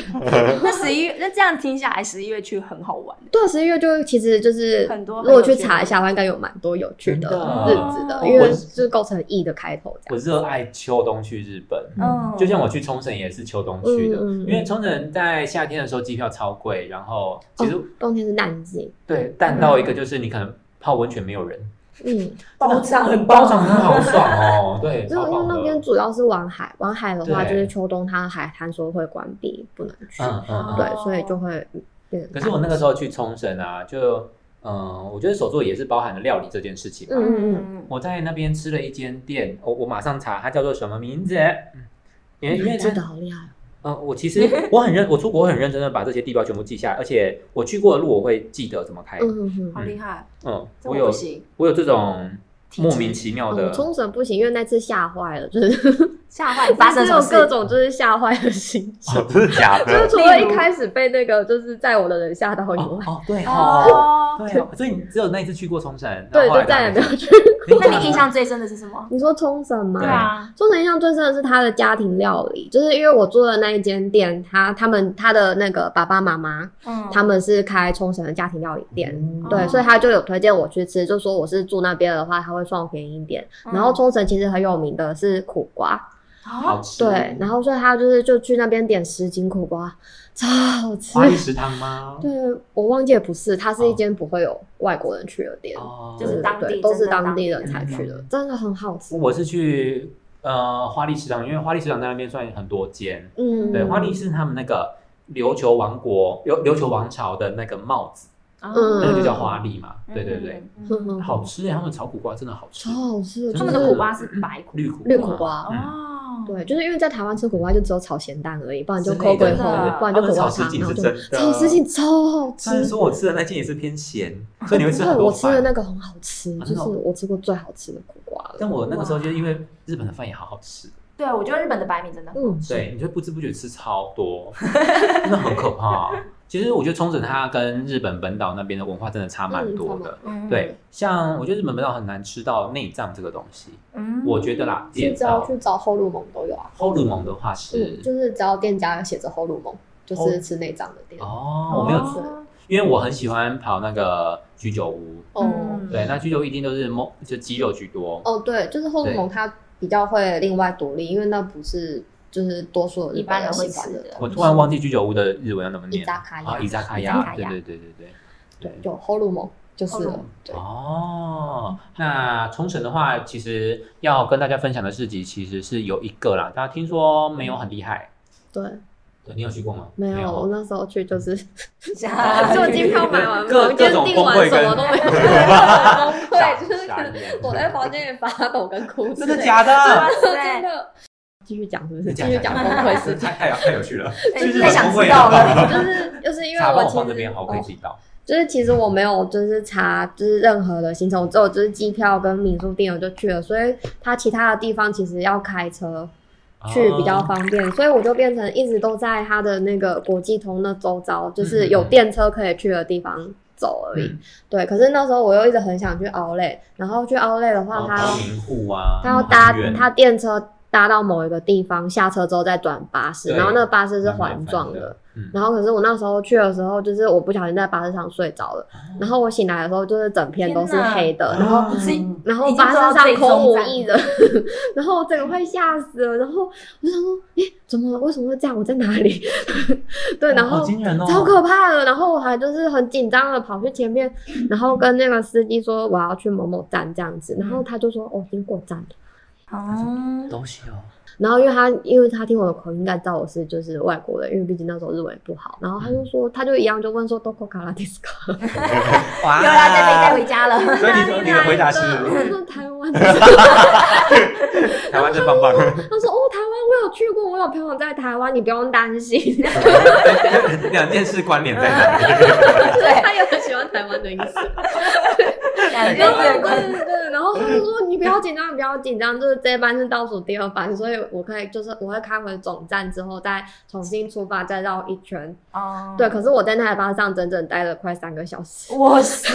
Speaker 2: 那十 一月那这样听下来，十一月去很好玩。”
Speaker 5: 对，十一月就其实就是
Speaker 2: 很多很
Speaker 5: 如果
Speaker 2: 有
Speaker 5: 去
Speaker 2: 趣的
Speaker 5: 查一下，我应该有蛮多有趣的
Speaker 1: 真的啊
Speaker 5: 日子的，
Speaker 2: 哦
Speaker 5: 因为
Speaker 1: 我
Speaker 5: 就是构成意的开头这
Speaker 1: 我
Speaker 5: 样。
Speaker 1: 热爱秋冬去日本，
Speaker 2: 哦，嗯，
Speaker 1: 就像我去冲绳也是秋冬去的，
Speaker 5: 嗯嗯嗯
Speaker 1: 因为冲绳在夏天的时候机票超贵，然后其实、
Speaker 5: 冬天是淡季，
Speaker 1: 对淡到一个就是你可能泡温泉没有人，
Speaker 5: 嗯，
Speaker 2: 包场
Speaker 1: 很包场很好爽 哦，对，
Speaker 5: 因
Speaker 1: 超
Speaker 5: 为因为
Speaker 1: 棒
Speaker 5: 那
Speaker 1: 的
Speaker 5: 边。主要是玩海，玩海的话
Speaker 1: 对
Speaker 5: 就是秋冬它的海滩说会关闭，不能去，
Speaker 1: 嗯嗯嗯。
Speaker 5: 对，所以就会变成淡季。
Speaker 1: 可是我那个时候去冲绳啊，就嗯、呃我觉得手作也是包含了料理这件事情嘛。
Speaker 5: 嗯嗯嗯，
Speaker 2: 嗯，
Speaker 1: 我在那边吃了一间店，我我马上查它叫做什么名字，嗯因为因为
Speaker 5: 真的
Speaker 1: 它
Speaker 5: 好厉害哦，
Speaker 1: 嗯、我其 实我很认，我出国很认真的把这些地标全部记下来，而且我去过的路我会记得怎么开。嗯，
Speaker 5: 嗯嗯嗯
Speaker 2: 好厉害，这
Speaker 1: 我
Speaker 2: 我
Speaker 1: 有
Speaker 2: 不行，
Speaker 1: 我有这种
Speaker 2: 体质
Speaker 1: 莫名其妙的
Speaker 5: 哦，冲绳不行，因为那次吓坏了，就是
Speaker 2: 吓坏，发生
Speaker 5: 是
Speaker 2: 什
Speaker 5: 有
Speaker 2: 么
Speaker 5: 各
Speaker 2: 事？
Speaker 5: 种就是吓坏的心情。
Speaker 6: 哦，真的假
Speaker 5: 就是
Speaker 6: 的？
Speaker 5: 除了一开始被那个就是载我的人吓到以外，
Speaker 1: 哦哦对哦
Speaker 2: 哦，
Speaker 1: 对哦，所以你只有那一次去过冲绳，
Speaker 5: 对，
Speaker 1: 然后后来
Speaker 5: 就再也没有
Speaker 1: 大家
Speaker 5: 去。
Speaker 1: 没
Speaker 5: 啊
Speaker 1: 去
Speaker 2: 那你印？象最深的是什么？
Speaker 5: 你说冲绳吗？
Speaker 2: 对啊，
Speaker 5: 冲绳印象最深的是他的家庭料理，就是因为我住的那一间店，他他们他的那个爸爸妈妈
Speaker 2: 嗯，
Speaker 5: 他们是开冲绳的家庭料理店。
Speaker 1: 哦嗯
Speaker 5: 对，
Speaker 2: 哦
Speaker 5: 所以他就有推荐我去吃，就说我是住那边的话，他会算我便宜一点。
Speaker 1: 哦
Speaker 5: 然后冲绳其实很有名的是苦瓜，
Speaker 1: 好
Speaker 2: 哦，
Speaker 1: 吃。
Speaker 5: 对，然后所以他就是就去那边点十斤苦瓜，超好吃。
Speaker 1: 华裔食堂吗？
Speaker 5: 对，我忘记也不是，它是一间不会有外国人去的店，
Speaker 1: 哦，
Speaker 5: 对
Speaker 2: 就是
Speaker 5: 对
Speaker 2: 当地
Speaker 5: 对都是
Speaker 2: 真的
Speaker 5: 当地
Speaker 2: 当
Speaker 5: 人
Speaker 2: 地
Speaker 5: 才
Speaker 1: 人
Speaker 5: 去的
Speaker 1: 嗯，
Speaker 5: 真的很好吃。
Speaker 1: 我是去呃花丽食堂，因为花丽食堂在那边算很多间。
Speaker 5: 嗯，
Speaker 1: 对，花丽是他们那个琉球王国、琉琉球王朝的那个帽子，
Speaker 5: 嗯
Speaker 1: 那个就叫花丽嘛。对对对，
Speaker 2: 嗯，
Speaker 5: 哼哼
Speaker 1: 好吃欸耶！他们炒苦瓜真的好吃
Speaker 5: 超，好吃，
Speaker 2: 他
Speaker 5: 就
Speaker 2: 们
Speaker 5: 是
Speaker 2: 的苦瓜是白苦，
Speaker 1: 绿苦
Speaker 5: 绿苦瓜。
Speaker 2: 哦，
Speaker 5: 对，就是因为在台湾吃苦瓜就只有炒咸蛋而已，不然就
Speaker 1: 之类
Speaker 5: 扣鬼
Speaker 1: 的
Speaker 5: 火
Speaker 2: 真的，
Speaker 5: 不然就
Speaker 1: 他
Speaker 5: 苦
Speaker 1: 们炒
Speaker 5: 瓜汤，
Speaker 1: 什锦
Speaker 5: 然后
Speaker 1: 是
Speaker 5: 就
Speaker 1: 真的，
Speaker 5: 炒什锦超好 吃
Speaker 1: 虽。然说我吃的那间也是偏咸，所以你会吃
Speaker 5: 啊对
Speaker 1: 很，多
Speaker 5: 我吃
Speaker 1: 饭。
Speaker 5: 的那个很好吃，
Speaker 1: 啊
Speaker 5: 就
Speaker 1: 真的
Speaker 5: 是
Speaker 1: 哦
Speaker 5: 我吃过最好吃的苦瓜了。
Speaker 1: 但我那个时候就是因为日本的饭也好好吃，
Speaker 2: 对，我觉得日本的白米真的很
Speaker 5: 嗯，
Speaker 1: 对，你就不知不觉吃超 多，真的很可怕。其实我觉得冲绳它跟日本本岛那边的文化真的差蛮多的。
Speaker 2: 嗯，
Speaker 1: 对，像我觉得日本本岛很难吃到内脏这个东西，
Speaker 2: 嗯
Speaker 1: 我觉得啦，
Speaker 5: 是
Speaker 1: 点
Speaker 5: 只要
Speaker 1: 到
Speaker 5: 去找后路蒙都有啊。
Speaker 1: 后鲁蒙的话是
Speaker 5: 嗯，就是只要店家有写着后路蒙，就是吃内脏的店。
Speaker 1: 哦，我没有，
Speaker 2: 哦
Speaker 1: 因为我很喜欢跑那个居酒屋，
Speaker 2: 嗯
Speaker 5: 哦
Speaker 1: 对，那居酒屋一定都是摸就鸡肉居多，
Speaker 5: 哦，对，就是后路蒙它比较会另外独立，因为那不是就是多数
Speaker 2: 一般人会吃
Speaker 5: 的
Speaker 2: 的。
Speaker 1: 我突然忘记居酒屋的日文要怎么念，
Speaker 5: 伊扎卡亚
Speaker 1: 啊，伊扎卡
Speaker 2: 伊扎
Speaker 1: 亚，
Speaker 2: 卡
Speaker 1: 对
Speaker 2: 亚
Speaker 1: 对对对对。对，
Speaker 5: 有后路蒙就是
Speaker 2: 后路
Speaker 5: 了
Speaker 2: 蒙，
Speaker 5: 对，
Speaker 1: 哦，那冲绳的话，其实要跟大家分享的市集其实是有一个啦，大家听说没有很厉害，
Speaker 5: 对，
Speaker 1: 对你有去过吗？
Speaker 5: 没有，我
Speaker 1: 有。
Speaker 5: 那时候去 就是， 就
Speaker 2: 就
Speaker 5: 我机票买完，
Speaker 1: 各
Speaker 5: 房间
Speaker 1: 各种
Speaker 5: 订完
Speaker 1: 崩溃
Speaker 5: 什么
Speaker 1: 跟
Speaker 5: 都没有，
Speaker 1: 傻
Speaker 5: 很崩溃，就是可 能躲在房间里发抖跟哭之 类，
Speaker 1: 真的假
Speaker 2: 哇
Speaker 1: 的？
Speaker 5: 真
Speaker 2: 塞，
Speaker 5: 的。继续讲是不是？
Speaker 1: 真
Speaker 5: 继
Speaker 1: 假
Speaker 5: 续讲崩溃 事情，
Speaker 1: 太太有太有趣了，
Speaker 2: 哎
Speaker 1: 去日
Speaker 2: 太
Speaker 1: 本
Speaker 2: 想
Speaker 1: 崩溃
Speaker 2: 知道
Speaker 1: 了。
Speaker 2: 了，
Speaker 5: 就是就是因为
Speaker 1: 茶
Speaker 5: 我
Speaker 1: 帮我
Speaker 5: 其
Speaker 1: 放
Speaker 5: 实
Speaker 1: 这边好，我可以
Speaker 5: 哦
Speaker 1: 提到。
Speaker 5: 就是其实我没有就是查就是任何的行程，我只有就是机票跟民宿订了就去了，所以它其他的地方其实要开车去比较
Speaker 1: 哦
Speaker 5: 方便，所以我就变成一直都在它的那个国际通那周遭，就是
Speaker 1: 嗯
Speaker 5: 有电车可以去的地方走而已。
Speaker 1: 嗯
Speaker 5: 对，可是那时候我又一直很想去奥莱，然后去奥莱的话，
Speaker 1: 哦
Speaker 5: 它
Speaker 1: 高明户啊，
Speaker 5: 他要搭
Speaker 1: 很远
Speaker 5: 他电车搭到某一个地方，下车之后再转巴士，
Speaker 1: 对
Speaker 5: 然后那个巴士是
Speaker 1: 蛮麻
Speaker 5: 环
Speaker 1: 烦
Speaker 5: 状
Speaker 1: 的
Speaker 5: 的。
Speaker 1: 嗯
Speaker 5: 然后可是我那时候去的时候，就是我不小心在巴士上睡着了，
Speaker 1: 哦
Speaker 5: 然后我醒来的时候就是整片都是
Speaker 2: 天哪
Speaker 5: 黑的，然后。
Speaker 2: 所以
Speaker 5: 然后
Speaker 2: 已经
Speaker 5: 巴士
Speaker 2: 走到
Speaker 5: 上
Speaker 2: 最
Speaker 5: 空
Speaker 2: 终
Speaker 5: 无
Speaker 2: 站
Speaker 5: 一人， 然后我整个快吓死了。然后我就想说，诶，怎么了为什么会这样？我在哪里？ 对，然
Speaker 1: 好
Speaker 5: 后
Speaker 1: 惊人哦，
Speaker 5: 超可怕的。然后我还就是很紧张的跑去前面，然后跟那个司机说我要去某某站这样子，然
Speaker 2: 嗯
Speaker 5: 后他就说哦，已经过站了。
Speaker 2: 哦，
Speaker 1: 东西哦，
Speaker 5: 然后因为他因为他听我的口音，应该知道我是就是外国人，因为毕竟那时候日文也不好。然后他
Speaker 2: 嗯
Speaker 5: 就说，他就一样就问说 “doko kara d i s k
Speaker 1: 哇
Speaker 2: 又要再被带回家了，
Speaker 1: 所以你说你的回答是
Speaker 5: 我说台湾。他
Speaker 6: 台湾真棒 棒，
Speaker 5: 说哦，台湾我有去过，我有朋友在台湾，你不用担心。
Speaker 1: 两件事关联在哪 里？
Speaker 5: 对， 他有很喜欢台湾的意思。
Speaker 2: 两
Speaker 5: 然
Speaker 2: 边
Speaker 5: 后
Speaker 2: 都有
Speaker 5: 对
Speaker 2: 关系
Speaker 5: 对对，然后他就说你不要紧张，你不要紧张，就是这班是倒数第二班，所以我可以就是我会开回总站之后再重新出发，再绕一圈。
Speaker 2: 哦，
Speaker 5: 对，可是我在那台巴士上整整待了快三个小时。
Speaker 2: 哇塞，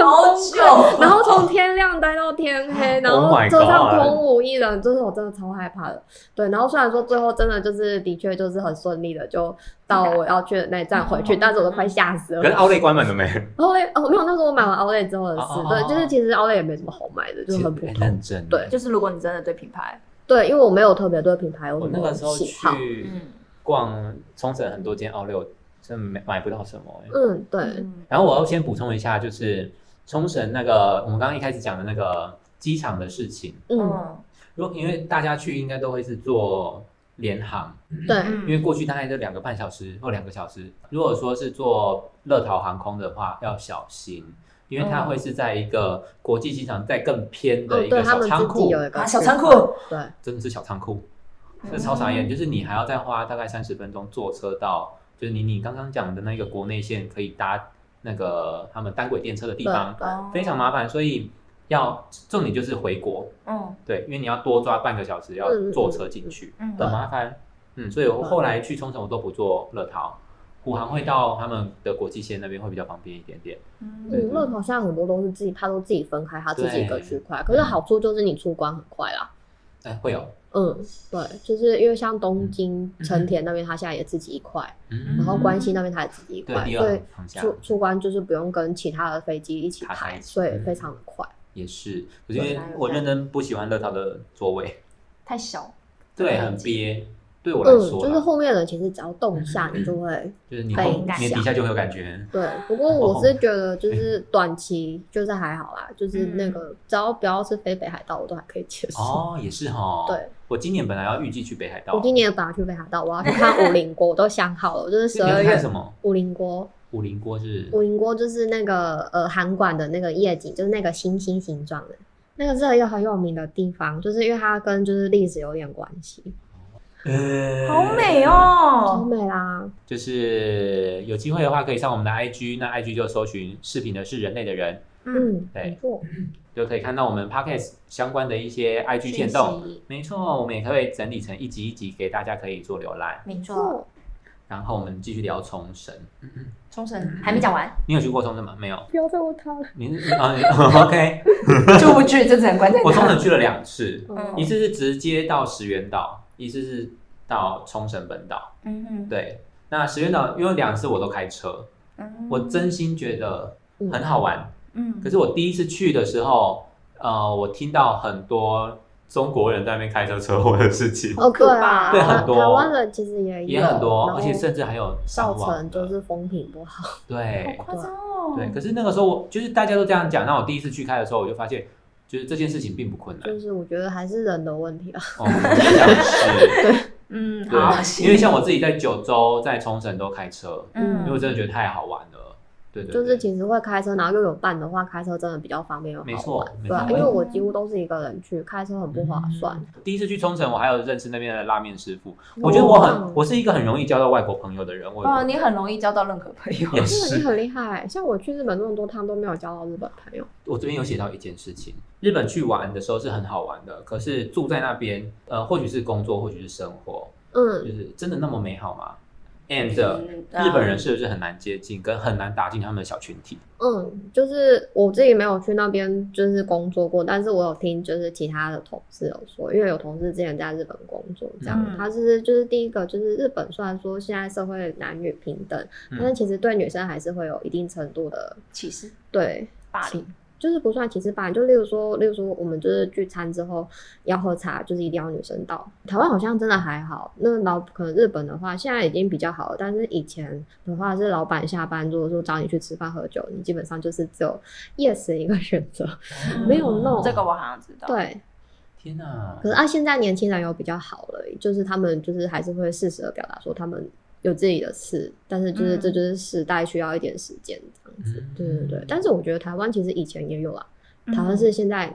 Speaker 2: 好久，
Speaker 5: 然后从天亮待到天黑，然
Speaker 1: Oh
Speaker 5: 后
Speaker 1: my
Speaker 5: 车上
Speaker 1: God
Speaker 5: 空无一人，就是我真的超害怕的。对，然后虽然说最后真的就是的确就是很顺利的就到哦我要去的那一站回去，但是我都快吓死了
Speaker 6: 可是。奥利关门了没？
Speaker 5: 奥莱哦没有，那时候我买完奥莱之后的事
Speaker 1: 哦哦哦，
Speaker 5: 对，就是其实奥莱也没什么好买的，就是很普通。
Speaker 1: 认真，
Speaker 5: 对
Speaker 2: 就是如果你真的对品牌，
Speaker 5: 对，因为我没有特别对品牌有
Speaker 1: 我
Speaker 5: 什
Speaker 1: 那个
Speaker 5: 么
Speaker 1: 时候
Speaker 5: 喜好。
Speaker 1: 去
Speaker 2: 嗯
Speaker 1: 逛冲绳很多间奥六，真没买不到什么、欸。
Speaker 5: 嗯，对，
Speaker 2: 嗯
Speaker 1: 然后我要先补充一下，就是冲绳那个我们刚刚一开始讲的那个机场的事情，
Speaker 5: 嗯，
Speaker 1: 如果因为大家去应该都会是坐联航，
Speaker 5: 对，
Speaker 2: 嗯
Speaker 1: 因为过去大概就两个半小时或两个小时。如果说是坐乐桃航空的话，要小心。因为它会是在一个国际机场，在更偏的
Speaker 5: 哦，
Speaker 1: 一
Speaker 5: 对
Speaker 1: 个
Speaker 5: 他
Speaker 1: 小
Speaker 5: 们
Speaker 1: 仓
Speaker 5: 自己
Speaker 1: 库，
Speaker 5: 有一个
Speaker 2: 啊小仓库
Speaker 5: 对，
Speaker 1: 真的是小仓库，
Speaker 5: 嗯
Speaker 1: 这超傻眼，就是你还要再花大概三十分钟坐车到，就是你你刚刚讲的那个国内线可以搭那个他们单轨电车的地方，
Speaker 2: 哦
Speaker 1: 非常麻烦，所以要重点就是回国，
Speaker 2: 嗯
Speaker 1: 对，因为你要多抓半个小时要
Speaker 5: 嗯嗯
Speaker 1: 坐车进去，
Speaker 2: 嗯
Speaker 1: 很麻烦。嗯，所以我后来去冲绳我都不坐乐桃，虎航会到他们的国际线那边会比较方便一点点。对
Speaker 5: 嗯，乐淘现在很多都是自己，它都自己分开，它自己一个
Speaker 1: 对
Speaker 5: 区块。可是好处就是你出关很快啦。
Speaker 1: 哎、会有，
Speaker 5: 嗯，对，就是因为像东京成田那边，它现在也自己一块，
Speaker 1: 嗯
Speaker 5: 然后关西那边它也自己一
Speaker 1: 对
Speaker 5: 块，
Speaker 1: 第
Speaker 5: 所
Speaker 1: 二
Speaker 5: 以
Speaker 1: 航厦
Speaker 5: 出出关就是不用跟其他的飞机一起
Speaker 1: 卡在
Speaker 5: 排，
Speaker 1: 一起
Speaker 5: 所以
Speaker 1: 嗯
Speaker 5: 非常的快。
Speaker 1: 也是，可是因为我认真不喜欢乐桃的座位，
Speaker 2: 太小，
Speaker 1: 对，很憋，对我来
Speaker 5: 嗯，
Speaker 1: 说啦、嗯
Speaker 5: 就是后面的人其实只要动一下，你就会
Speaker 1: 就是你
Speaker 5: 被
Speaker 1: 后
Speaker 5: 影
Speaker 1: 你
Speaker 2: 响
Speaker 1: 的底下就会有感觉。
Speaker 5: 对，不过我是觉得就是
Speaker 1: 哦
Speaker 5: 短期就是还好啦，就是那个只要不要是飞北海道，我都还可以接受。
Speaker 1: 嗯哦，也是哈。
Speaker 5: 对，
Speaker 1: 我今年本来要预计去北海道，
Speaker 5: 我今年本来去北海道，我要去看武陵锅，我都想好了，我就是
Speaker 1: 你
Speaker 5: 十
Speaker 1: 要
Speaker 5: 二
Speaker 1: 看什
Speaker 5: 月
Speaker 1: 么？
Speaker 5: 武陵锅，
Speaker 1: 武林锅是
Speaker 5: 武陵锅就是那个呃韩馆的那个夜景，就是那个星星形状的。那个是一个很有名的地方，就是因为它跟就是历史有点关系，
Speaker 1: 呃
Speaker 2: 好美
Speaker 5: 超
Speaker 2: 哦，
Speaker 5: 美啦！
Speaker 1: 就是有机会的话，可以上我们的 IG，那 IG 就搜寻“视频的是人类的人
Speaker 2: 嗯，
Speaker 5: 嗯，
Speaker 1: 对
Speaker 5: 没错，
Speaker 1: 就可以看到我们 Podcast 相关的一些 IG
Speaker 2: 讯
Speaker 1: 线动。
Speaker 2: 息
Speaker 1: 没错，我们也可以整理成一集一集给大家可以做浏览。
Speaker 2: 没错，
Speaker 1: 然后我们继续聊冲绳，
Speaker 2: 冲绳还没讲 完，
Speaker 1: 你有去过冲绳吗？没有，
Speaker 5: 不要再问他了。
Speaker 1: 你是啊、你 OK，
Speaker 2: 出不去就只能关在
Speaker 1: 我冲绳去了两次，
Speaker 2: 嗯
Speaker 1: 一次是直接到石垣岛，一次是到冲绳本岛。
Speaker 2: 嗯嗯，
Speaker 1: 对，那石垣岛因为两次我都开车，
Speaker 2: 嗯
Speaker 1: 我真心觉得很好玩。
Speaker 2: 嗯
Speaker 1: 可是我第一次去的时候，呃，我听到很多中国人在那边开车车祸的事情，
Speaker 5: 哦，对啊，
Speaker 1: 对很
Speaker 5: 台
Speaker 1: 多
Speaker 5: 台湾人其实也有
Speaker 1: 也很多，
Speaker 5: 然
Speaker 1: 而
Speaker 5: 后
Speaker 1: 且甚至还有伤
Speaker 5: 造
Speaker 1: 亡
Speaker 5: 成就
Speaker 1: 的。
Speaker 5: 是风评不好。
Speaker 1: 对
Speaker 2: 夸张哦，
Speaker 1: 对，可是那个时候我就是大家都这样讲，那我第一次去开的时候，我就发现就是这件事情并不困难。
Speaker 5: 就是我觉得还是人的问题啊。
Speaker 1: 哦，我想是，
Speaker 2: 嗯，好，
Speaker 1: 对，因为像我自己在九州、在冲绳都开车，因为我
Speaker 2: 嗯，
Speaker 1: 真的觉得太好玩了。对对，
Speaker 5: 就是
Speaker 1: 对
Speaker 5: 其实会开车，然后又有伴的话，开车真的比较方便又
Speaker 1: 没
Speaker 5: 好
Speaker 1: 错
Speaker 5: 玩。，
Speaker 1: 没
Speaker 5: 对啊，
Speaker 1: 错。
Speaker 5: 因为我几乎都是一个人去，开车很不划算。
Speaker 1: 第一次去冲绳，我还有认识那边的拉面师傅。嗯我觉得我
Speaker 5: 哦
Speaker 1: 很，我是一个很容易交到外国朋友的人。我
Speaker 2: 哦，你很容易交到任何朋友，
Speaker 1: 也
Speaker 5: 真的，你
Speaker 1: 是，
Speaker 5: 很厉害。像我去日本那么多趟都没有交到日本朋友。
Speaker 1: 我这边有写到一件事情，日本去玩的时候是很好玩的，可是住在那边，呃，或许是工作，或许是生活，就
Speaker 5: 嗯，
Speaker 1: 是真的那么美好吗？And 呃
Speaker 2: 嗯
Speaker 1: 日本人是不是很难接近，跟很难打进他们的小群体？
Speaker 5: 嗯，就是我自己没有去那边就是工作过，但是我有听就是其他的同事有说，因为有同事之前在日本工作，这样、
Speaker 2: 嗯
Speaker 5: 他是就是第一个就是日本虽然说现在社会男女平等，
Speaker 1: 嗯
Speaker 5: 但是其实对女生还是会有一定程度的
Speaker 2: 歧视
Speaker 5: 对
Speaker 2: 霸凌，
Speaker 5: 就是不算歧视吧，就例如说，例如说，我们就是聚餐之后要喝茶，就是一定要女生倒。台湾好像真的还好，那老可能日本的话现在已经比较好了，但是以前的话是老板下班如果说找你去吃饭喝酒，你基本上就是只有 yes 一个选择，没有 no。
Speaker 2: 嗯这个我好像知道，，
Speaker 5: 对，
Speaker 1: 天哪
Speaker 5: 可！是啊，现在年轻人有比较好了，就是他们就是还是会适时的表达说他们有自己的事，但是就是、
Speaker 2: 嗯
Speaker 5: 这就是时代需要一点时间这样子。
Speaker 1: 嗯
Speaker 5: 对对对，但是我觉得台湾其实以前也有啊，
Speaker 2: 嗯
Speaker 5: 台湾是现在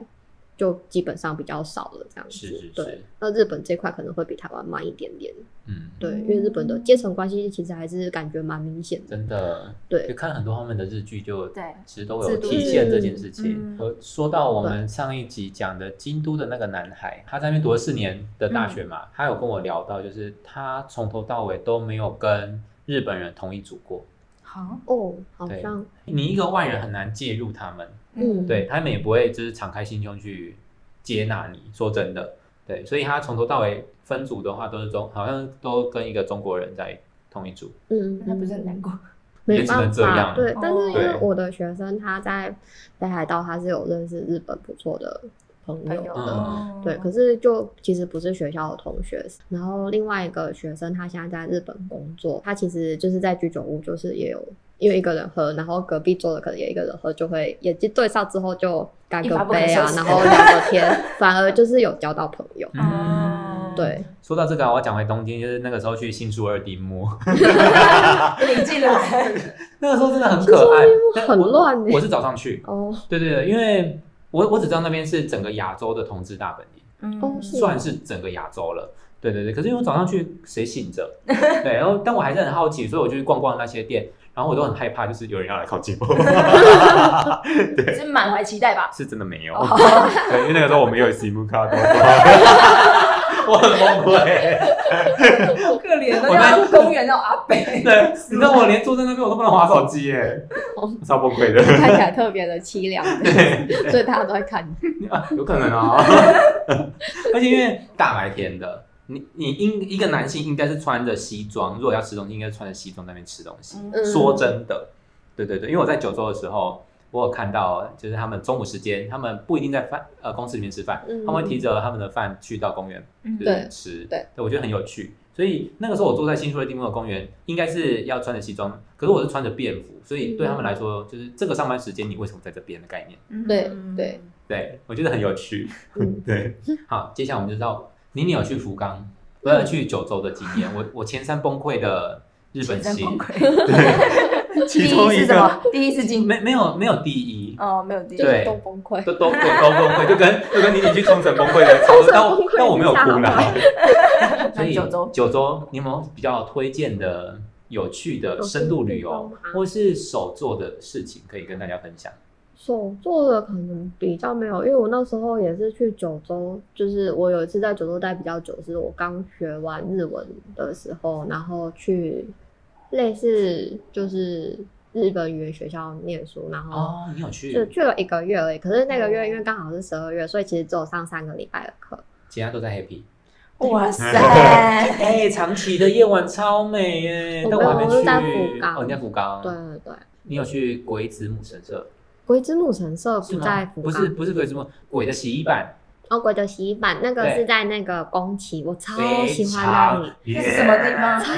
Speaker 5: 就基本上比较少了这样子。
Speaker 1: 是是
Speaker 5: 对
Speaker 1: 是，，
Speaker 5: 那日本这块可能会比台湾慢一点点。
Speaker 1: 嗯，
Speaker 5: 对，
Speaker 2: 嗯
Speaker 5: 因为日本的阶层关系其实还是感觉蛮明显的。
Speaker 1: 真的，就
Speaker 5: 对，
Speaker 1: 看很多他们的日剧就
Speaker 2: 对
Speaker 1: 其实都有
Speaker 2: 制度
Speaker 1: 体现这件事情
Speaker 2: 嗯。
Speaker 1: 呃，说到我们上一集讲的京都的那个男孩，他在那边读了四年的大学嘛，
Speaker 2: 嗯
Speaker 1: 他有跟我聊到，就是他从头到尾都没有跟日本人同一组过。
Speaker 2: 好，
Speaker 5: 哦，好
Speaker 1: 对
Speaker 5: 像
Speaker 1: 你一个外人很难介入他们，
Speaker 5: 嗯，
Speaker 1: 对他们也不会就是敞开心胸去接纳你。说真的，对，所以他从头到尾分组的话都是中，好像都跟一个中国人在同一组。
Speaker 5: 嗯，
Speaker 2: 那不是很难过，
Speaker 5: 没
Speaker 1: 也只能
Speaker 5: 办
Speaker 1: 这
Speaker 5: 法，
Speaker 1: 样
Speaker 5: 对
Speaker 2: 哦。
Speaker 5: 但是因为
Speaker 1: 对
Speaker 5: 我的学生他在北海道，他是有认识日本不错的朋
Speaker 2: 朋
Speaker 5: 友
Speaker 2: 友，
Speaker 5: 的。
Speaker 2: 嗯
Speaker 5: 对，可是就其实不是学校的同学，然后另外一个学生他现在在日本工作，他其实就是在居酒屋，就是也有因为一个人喝，然后隔壁桌的可能也一个人喝，就会眼睛对上之后就干
Speaker 2: 一
Speaker 5: 个
Speaker 2: 发不可
Speaker 5: 杯
Speaker 2: 收
Speaker 5: 啊，
Speaker 2: 拾
Speaker 5: 然后聊个天，反而就是有交到朋友。
Speaker 2: 嗯，
Speaker 5: 对，
Speaker 1: 说到这个啊，我要讲回东京，就是那个时候去新宿二丁目，
Speaker 2: 领进
Speaker 5: 哦
Speaker 2: 来，
Speaker 1: 那个时候真的很可爱，但
Speaker 5: 很
Speaker 1: 我
Speaker 5: 乱欸
Speaker 1: 我是早上去，
Speaker 5: 哦，
Speaker 1: 对对对，因为我我只知道那边是整个亚洲的同志大本营，
Speaker 2: 嗯
Speaker 5: 哦是
Speaker 1: 算是整个亚洲了。对对对，可是因为我早上去谁醒 着？对，然后但我还是很好奇，所以我就去逛逛那些店，然后我都很害怕，就是有人要来靠近我，
Speaker 2: 是满怀期待吧？
Speaker 1: 是真的没有。
Speaker 2: 哦
Speaker 6: 对，因为那个时候我没有 SIM 卡，我很崩溃。
Speaker 2: 好可怜
Speaker 1: 我在
Speaker 2: 那种公园那种阿北，
Speaker 1: 对，你知道我连坐在那边我都不能划手机 耶，超崩溃的。
Speaker 5: 看起来特别的凄 凉，所以大家都在看你。
Speaker 1: 啊，有可能 啊、而且因为大白天的，你你应一个男性应该是穿着西装，如果要吃东西，应该穿着西装在那边吃东西。
Speaker 5: 嗯
Speaker 1: 说真的，对对对，因为我在九州的时候，我有看到，就是他们中午时间，他们不一定在饭呃公司里面吃饭，
Speaker 5: 嗯
Speaker 1: 他们会提着他们的饭去到公园
Speaker 2: 嗯
Speaker 1: 就是
Speaker 5: 对
Speaker 1: 吃，
Speaker 5: 对
Speaker 1: 我觉得很有趣。所以那个时候我坐在新宿的地方的公园，应该是要穿着西装，可是我是穿着便
Speaker 5: 嗯
Speaker 1: 服，所以对他们来说，就是这个上班时间你为什么在这边的概念，
Speaker 2: 嗯
Speaker 5: 对对，
Speaker 1: 对我觉得很有趣。
Speaker 5: 嗯
Speaker 6: 对，
Speaker 1: 好，接下来我们就到妮妮有去福冈，不
Speaker 5: 嗯
Speaker 1: 是去九州的经验。我我前三崩溃的日本
Speaker 2: 真崩
Speaker 1: 行，
Speaker 2: 溃。第
Speaker 6: 其
Speaker 2: 一
Speaker 6: 中
Speaker 2: 是
Speaker 6: 一
Speaker 2: 什
Speaker 6: 个
Speaker 2: 么？第一是进
Speaker 1: 没没有没有第一，
Speaker 2: 哦，没有第一，
Speaker 1: 对
Speaker 5: 都崩溃。
Speaker 1: 都都对都崩溃，就 跟
Speaker 6: 就跟你你去冲绳崩溃的差不多，但
Speaker 5: 冲绳崩
Speaker 6: 我
Speaker 5: 溃
Speaker 6: 但我没有哭啦。
Speaker 1: 所以
Speaker 2: 九州
Speaker 1: 九州，你有没有比较推荐的有趣的深度旅
Speaker 5: 有
Speaker 1: 游
Speaker 5: 趣的地方吗
Speaker 1: 或是手做的事情可以跟大家分享？
Speaker 5: 手做的可能比较没有，因为我那时候也是去九州，就是我有一次在九州待比较久，是我刚学完日文的时候，然后去类似就是日本语言学校念书，然后
Speaker 1: 哦，你有
Speaker 5: 就
Speaker 1: 去，
Speaker 5: 去了一个月而已。可是那个月因为刚好是十二月，所以其实只有上三个礼拜的课。
Speaker 1: 其他都在 happy。
Speaker 2: 哇塞，
Speaker 1: 哎，长崎的夜晚超美耶，
Speaker 5: 我
Speaker 1: 但我还没
Speaker 5: 没有我是在
Speaker 1: 去。
Speaker 5: 福冈
Speaker 1: 哦，你在福冈，
Speaker 5: 对，对对，
Speaker 1: 你有去鬼子母神社？
Speaker 5: 鬼之木神社
Speaker 1: 是
Speaker 5: 不
Speaker 1: 吗
Speaker 5: 在福
Speaker 1: 不
Speaker 5: 冈，
Speaker 1: 是不是鬼子母鬼的洗衣板，
Speaker 5: 哦，鬼的洗衣板那个
Speaker 1: 对
Speaker 5: 是在那个宫崎，我超
Speaker 1: 非
Speaker 5: 喜
Speaker 6: 啊
Speaker 5: 欢那
Speaker 1: 常
Speaker 5: 里，
Speaker 2: 这是什么地方？
Speaker 5: 超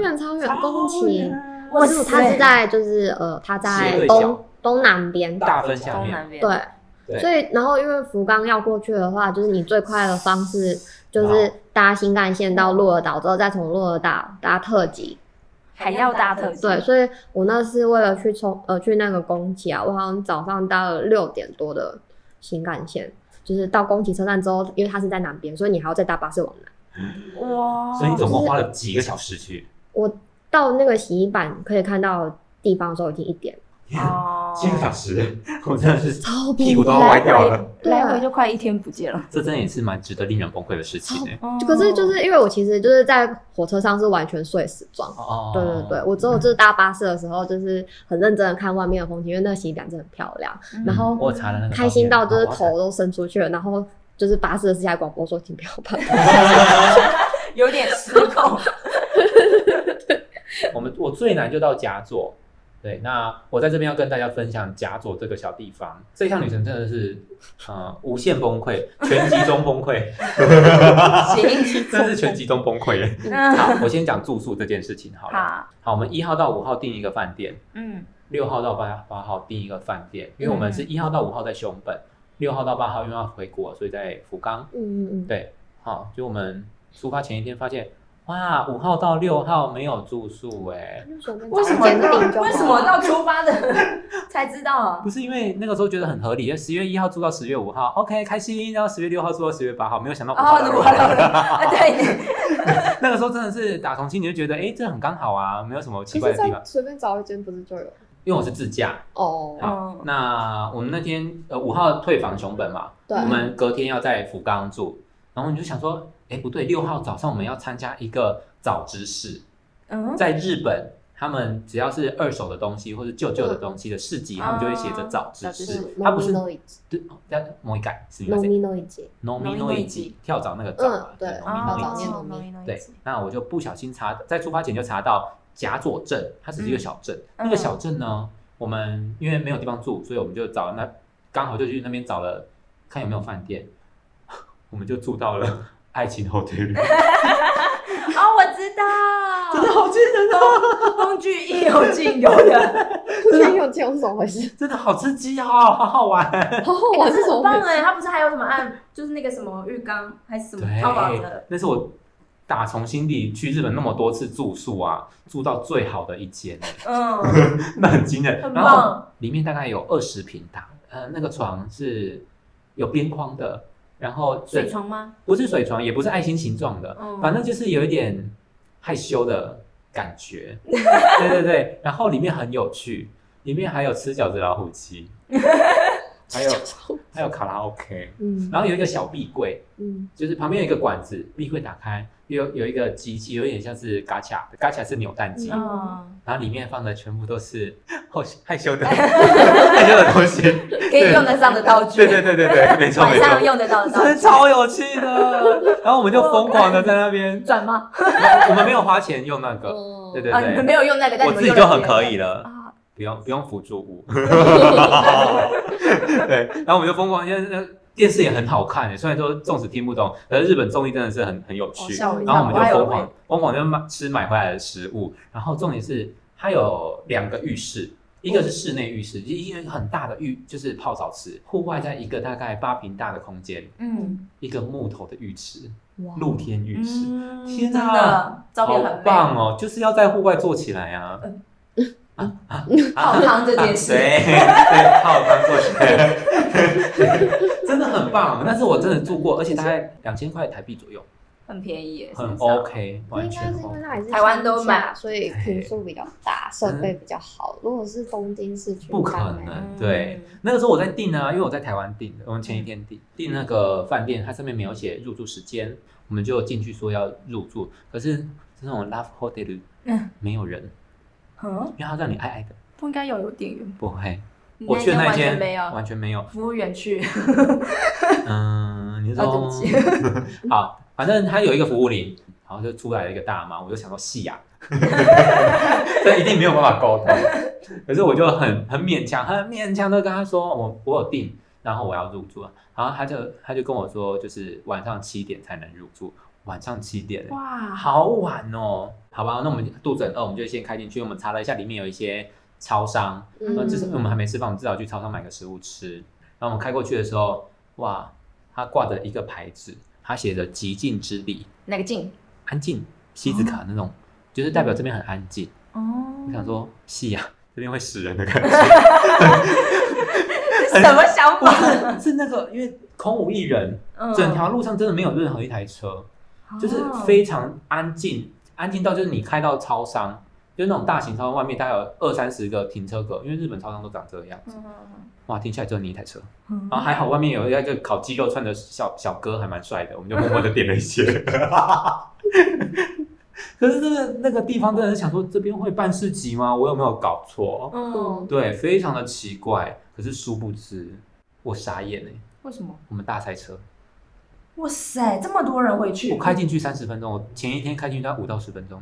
Speaker 5: 远超远，宫崎。
Speaker 2: 哇
Speaker 5: 我是他是
Speaker 2: 塞
Speaker 5: 在就是呃，他
Speaker 1: 斜
Speaker 5: 在
Speaker 1: 对
Speaker 5: 东
Speaker 1: 角
Speaker 5: 东南边，
Speaker 1: 大分 下
Speaker 2: 东
Speaker 1: 面，
Speaker 2: 南边，
Speaker 5: 对，
Speaker 1: 对
Speaker 5: 所以然后因为福冈要过去的话，就是你最快的方式就
Speaker 1: 哇
Speaker 5: 是搭新干线到鹿儿岛之后，再从鹿儿岛搭特急。
Speaker 2: 还要大特技，
Speaker 5: 对，所以我那是为了去冲呃去那个宫崎啊，我好像早上搭了六点多的新干线，就是到宫崎车站之后，因为它是在南边，所以你还要再搭巴士往南。
Speaker 2: 哇，
Speaker 1: 所以你总共花了几个小时去？
Speaker 5: 我到那个洗衣板可以看到的地方的时候已经一点 了，
Speaker 2: 哦，
Speaker 6: 七个小时，我真的是
Speaker 5: 超
Speaker 6: 屁股
Speaker 5: 崩
Speaker 6: 都要
Speaker 5: 溃。
Speaker 6: 歪掉了。
Speaker 5: 啊
Speaker 2: 来回就快一天不见了。
Speaker 1: 这真的也是蛮值得令人崩溃的事情哎。
Speaker 2: 哦
Speaker 5: 可是就是因为我其实就是在火车上是完全睡死状态。
Speaker 1: 哦
Speaker 5: 对对对，，我只有就是搭巴士的时候，就是很认真的看外面的风景，因为那个洗衣板真的很漂亮，
Speaker 2: 嗯
Speaker 5: 然后
Speaker 1: 我查了那个
Speaker 5: 开心到就是
Speaker 1: 照片
Speaker 5: 头都伸出去了，然后就是巴士司机还广播说请不要 拍，
Speaker 2: 有点失控，
Speaker 1: 好我们我最难就到甲佐。对，那我在这边要跟大家分享甲佐这个小地方，这趟旅程真的是，呃，无限崩溃，全集中崩溃，
Speaker 2: 行，
Speaker 1: 真的是全集中崩溃耶。
Speaker 2: 嗯，
Speaker 1: 好，我先讲住宿这件事情好了。
Speaker 2: 好，
Speaker 1: 好，我们一号到五号订一个饭店，
Speaker 2: 嗯，
Speaker 1: 六号到八八号订一个饭店，因为我
Speaker 5: 嗯
Speaker 1: 们是一号到五号在熊本，六号到八号因为要回国，所以在福冈。
Speaker 5: 嗯嗯嗯，
Speaker 1: 对，好，就我们出发前一天发现，哇，五号到六号没有住宿哎、
Speaker 2: 为什么
Speaker 5: 简定就好
Speaker 2: 为什么到出发的 才知道啊？
Speaker 1: 不是因为那个时候觉得很合理，十月一号住到十月五号，OK 开心，然后十月六号住到十月八号，没有想到五号
Speaker 2: 哦，
Speaker 1: 到
Speaker 2: 你
Speaker 1: 六
Speaker 2: 完
Speaker 1: 号。
Speaker 2: 了，啊对，
Speaker 1: 那个时候真的是打从心里就觉得，哎，这很刚好啊，没有什么奇
Speaker 5: 其
Speaker 1: 怪
Speaker 5: 实
Speaker 1: 的地方
Speaker 5: 在，随便找一间不是就有
Speaker 1: 因为我是自驾。
Speaker 5: 哦，
Speaker 1: 好
Speaker 2: 嗯，
Speaker 1: 那我们那天呃五号退房熊本嘛，
Speaker 5: 对啊
Speaker 1: 我们隔天要在福冈住，然后你就想说，哎，不对，六号早上我们要参加一个早知识，
Speaker 2: 嗯，
Speaker 1: 在日本，他们只要是二手的东西或者旧旧的东西的市集，他们就会写着早知
Speaker 2: 早知
Speaker 1: 识
Speaker 2: 识，
Speaker 1: 它不是
Speaker 5: 农民
Speaker 1: 对，哦叫某一改是
Speaker 5: 农
Speaker 1: 吗？
Speaker 5: 民都已经
Speaker 1: 农民
Speaker 2: 农
Speaker 1: 诺
Speaker 2: 民
Speaker 1: 一
Speaker 2: 诺一
Speaker 1: 集
Speaker 2: 集
Speaker 1: 跳蚤那个蚤嘛
Speaker 5: 嗯，对
Speaker 1: 农民
Speaker 5: 到
Speaker 1: 诺一
Speaker 5: 早
Speaker 1: 集
Speaker 5: 念
Speaker 2: 哦
Speaker 5: 农民
Speaker 1: 对，那我就不小心查，在出发前就查到甲佐镇，它只是一个小镇。
Speaker 2: 嗯
Speaker 1: 那个小镇呢，我们因为没有地方住，所以我们就找那刚好就去那边找了，看有没有饭店， 我们就住到了爱情 hotel，
Speaker 2: 哦，我知道，
Speaker 1: 好惊人哦，
Speaker 2: 工具应有尽有的，
Speaker 5: 不是有这种怎么回事？
Speaker 1: 真的好刺激哦，好好玩。
Speaker 5: 好好玩哦是什
Speaker 2: 很
Speaker 5: 么
Speaker 2: 棒
Speaker 5: 回事？
Speaker 2: 哎，他不是还有什么按，就是那个什么浴缸还是什么
Speaker 1: 对哎
Speaker 2: 套房嗯的，，
Speaker 1: 那是我打从心底去日本那么多次住宿啊，住到最好的一间，
Speaker 2: 嗯，
Speaker 1: 那很惊人。
Speaker 2: 很
Speaker 1: 然后
Speaker 2: 棒，
Speaker 1: 里面大概有二十平大，呃，那个床是有边框的，然后
Speaker 2: 水床吗？
Speaker 1: 不是水床，也不是爱心形状的，
Speaker 2: 嗯
Speaker 1: 反正就是有一点害羞的感 觉。对对对，然后里面很有趣，里面还有吃饺子老虎 机，还有还有卡拉 OK，
Speaker 5: 嗯
Speaker 1: 然后有一个小壁柜，
Speaker 5: 嗯
Speaker 1: 就是旁边有一个管子，壁柜打开，有有一个机器，有点像是嘎卡，嘎卡是扭蛋机，
Speaker 5: 嗯
Speaker 2: 嗯，
Speaker 1: 然后里面放的全部都是后害羞
Speaker 2: 哎
Speaker 1: 的害羞的东西。
Speaker 2: 可以用得上的道具，
Speaker 6: 对对对对对，没错
Speaker 2: 晚
Speaker 6: 没
Speaker 2: 上
Speaker 6: 错。
Speaker 2: 用得到的道
Speaker 1: 真的
Speaker 2: 具，
Speaker 1: 超有趣的。 然后我们就疯狂的在那边，
Speaker 2: 转吗？
Speaker 1: 我们没有花钱用那个，
Speaker 5: 哦
Speaker 1: 对对
Speaker 2: 啊，你们没有用那个，但
Speaker 6: 我
Speaker 2: 你们
Speaker 6: 自
Speaker 2: 用
Speaker 6: 己就
Speaker 2: 了
Speaker 6: 很
Speaker 2: 别
Speaker 6: 可
Speaker 2: 的
Speaker 6: 以了，
Speaker 2: 啊，
Speaker 1: 不用不用辅助物。 对，然后我们就疯狂，因为那电视也很好看欸耶，虽然说纵使听不懂，可是日本综艺真的是很很有
Speaker 2: 哦
Speaker 1: 趣。
Speaker 2: 吓我一
Speaker 1: 然后我
Speaker 2: 跳，
Speaker 1: 们
Speaker 2: 还
Speaker 1: 就
Speaker 2: 有
Speaker 1: 疯狂疯狂就买吃买回来的食物，然后重点是它有两个浴室。一个是室内浴室，就一个很大的浴，就是泡澡池；户外在一个大概八平大的空间，
Speaker 2: 嗯，
Speaker 1: 一个木头的浴池，
Speaker 5: 哇
Speaker 1: 露天浴池。
Speaker 2: 嗯
Speaker 1: 天
Speaker 2: 真
Speaker 1: 哪
Speaker 2: 的照片
Speaker 1: 好
Speaker 2: 很美，
Speaker 1: 棒哦！就是要在户外做起来啊！
Speaker 2: 泡汤这件 事，
Speaker 1: 对对，泡汤做起来， 真的很棒。但是我真的住过，而且大概两千块台币左右，
Speaker 2: 很便宜耶，
Speaker 1: 很
Speaker 2: 是不是啊
Speaker 1: OK，完
Speaker 5: 应该
Speaker 1: 全
Speaker 5: 是因为
Speaker 1: OK。
Speaker 5: 那里是
Speaker 2: 台湾都
Speaker 5: 乡
Speaker 2: 买
Speaker 5: 下所以平数比较大，设备比较好。如果是东京市区，
Speaker 1: 嗯不可
Speaker 5: 大概
Speaker 2: 嗯
Speaker 1: 能对，那个时候我在订啊，因为我在台湾订的，我们前一天订订那个饭店，它上面没有写入住时间，我们就进去说要入住，可是那种 love hotel
Speaker 2: 嗯
Speaker 1: 没有人，
Speaker 2: 嗯，
Speaker 1: 因为它让你爱爱的，
Speaker 2: 不应该有有店员，
Speaker 1: 不会。
Speaker 2: 你
Speaker 1: 我去的那
Speaker 2: 完
Speaker 1: 间
Speaker 2: 全没有，
Speaker 1: 完全没有，
Speaker 2: 服务 员去，
Speaker 1: 嗯，你
Speaker 2: 啊对
Speaker 1: 说
Speaker 2: 不起，
Speaker 1: 好，反正他有一个服务铃，然后就出来了一个大妈，我就想说戏 呀、啊，这一定没有办法沟通。可是我就很很勉强，很勉强的跟他说，我我有订，然后我要入住，啊然后他就他就跟我说，就是晚上七点才能入住，晚上七点、
Speaker 2: 哇，
Speaker 1: 好晚哦。好吧，那我们肚子很饿，我们就先开进去。我们查了一下，里面有一些超商，
Speaker 5: 嗯
Speaker 1: 那至少我们还没吃饭，我们至少去超商买个食物吃。然后我们开过去的时候，哇，它挂着一个牌子，它写着“极静之地
Speaker 2: 哪个进？”，
Speaker 1: 安静，西子卡那种，就是代表这边很安静。
Speaker 2: 哦
Speaker 1: 我想说，是呀、这边会死人的感觉。
Speaker 2: 嗯什么想
Speaker 1: 不
Speaker 2: 法？
Speaker 1: 是，是那个，因为空无一人，
Speaker 2: 嗯哦
Speaker 1: 整条路上真的没有任何一台车。就是非常安静，安静到就是你开到超商，就是那种大型超商外面大概有二三十个停车格，因为日本超商都长这样，哇，停下来只有你一台车，
Speaker 2: 嗯
Speaker 1: 然后还好外面有一个烤鸡肉串的小小哥，还蛮帅的，我们就默默
Speaker 6: 我
Speaker 1: 的。
Speaker 6: 就点了一些，
Speaker 1: 可是真的那个地方真的是想说，这边会办市集吗？我有没有搞错？
Speaker 2: 嗯，
Speaker 1: 对，非常的奇怪。可是殊不知，我傻眼哎、
Speaker 2: 为什么？
Speaker 1: 我们大塞车，
Speaker 2: 哇塞，这么多人回去，
Speaker 1: 我开进去三十分钟，我前一天开进去大概五到十分钟，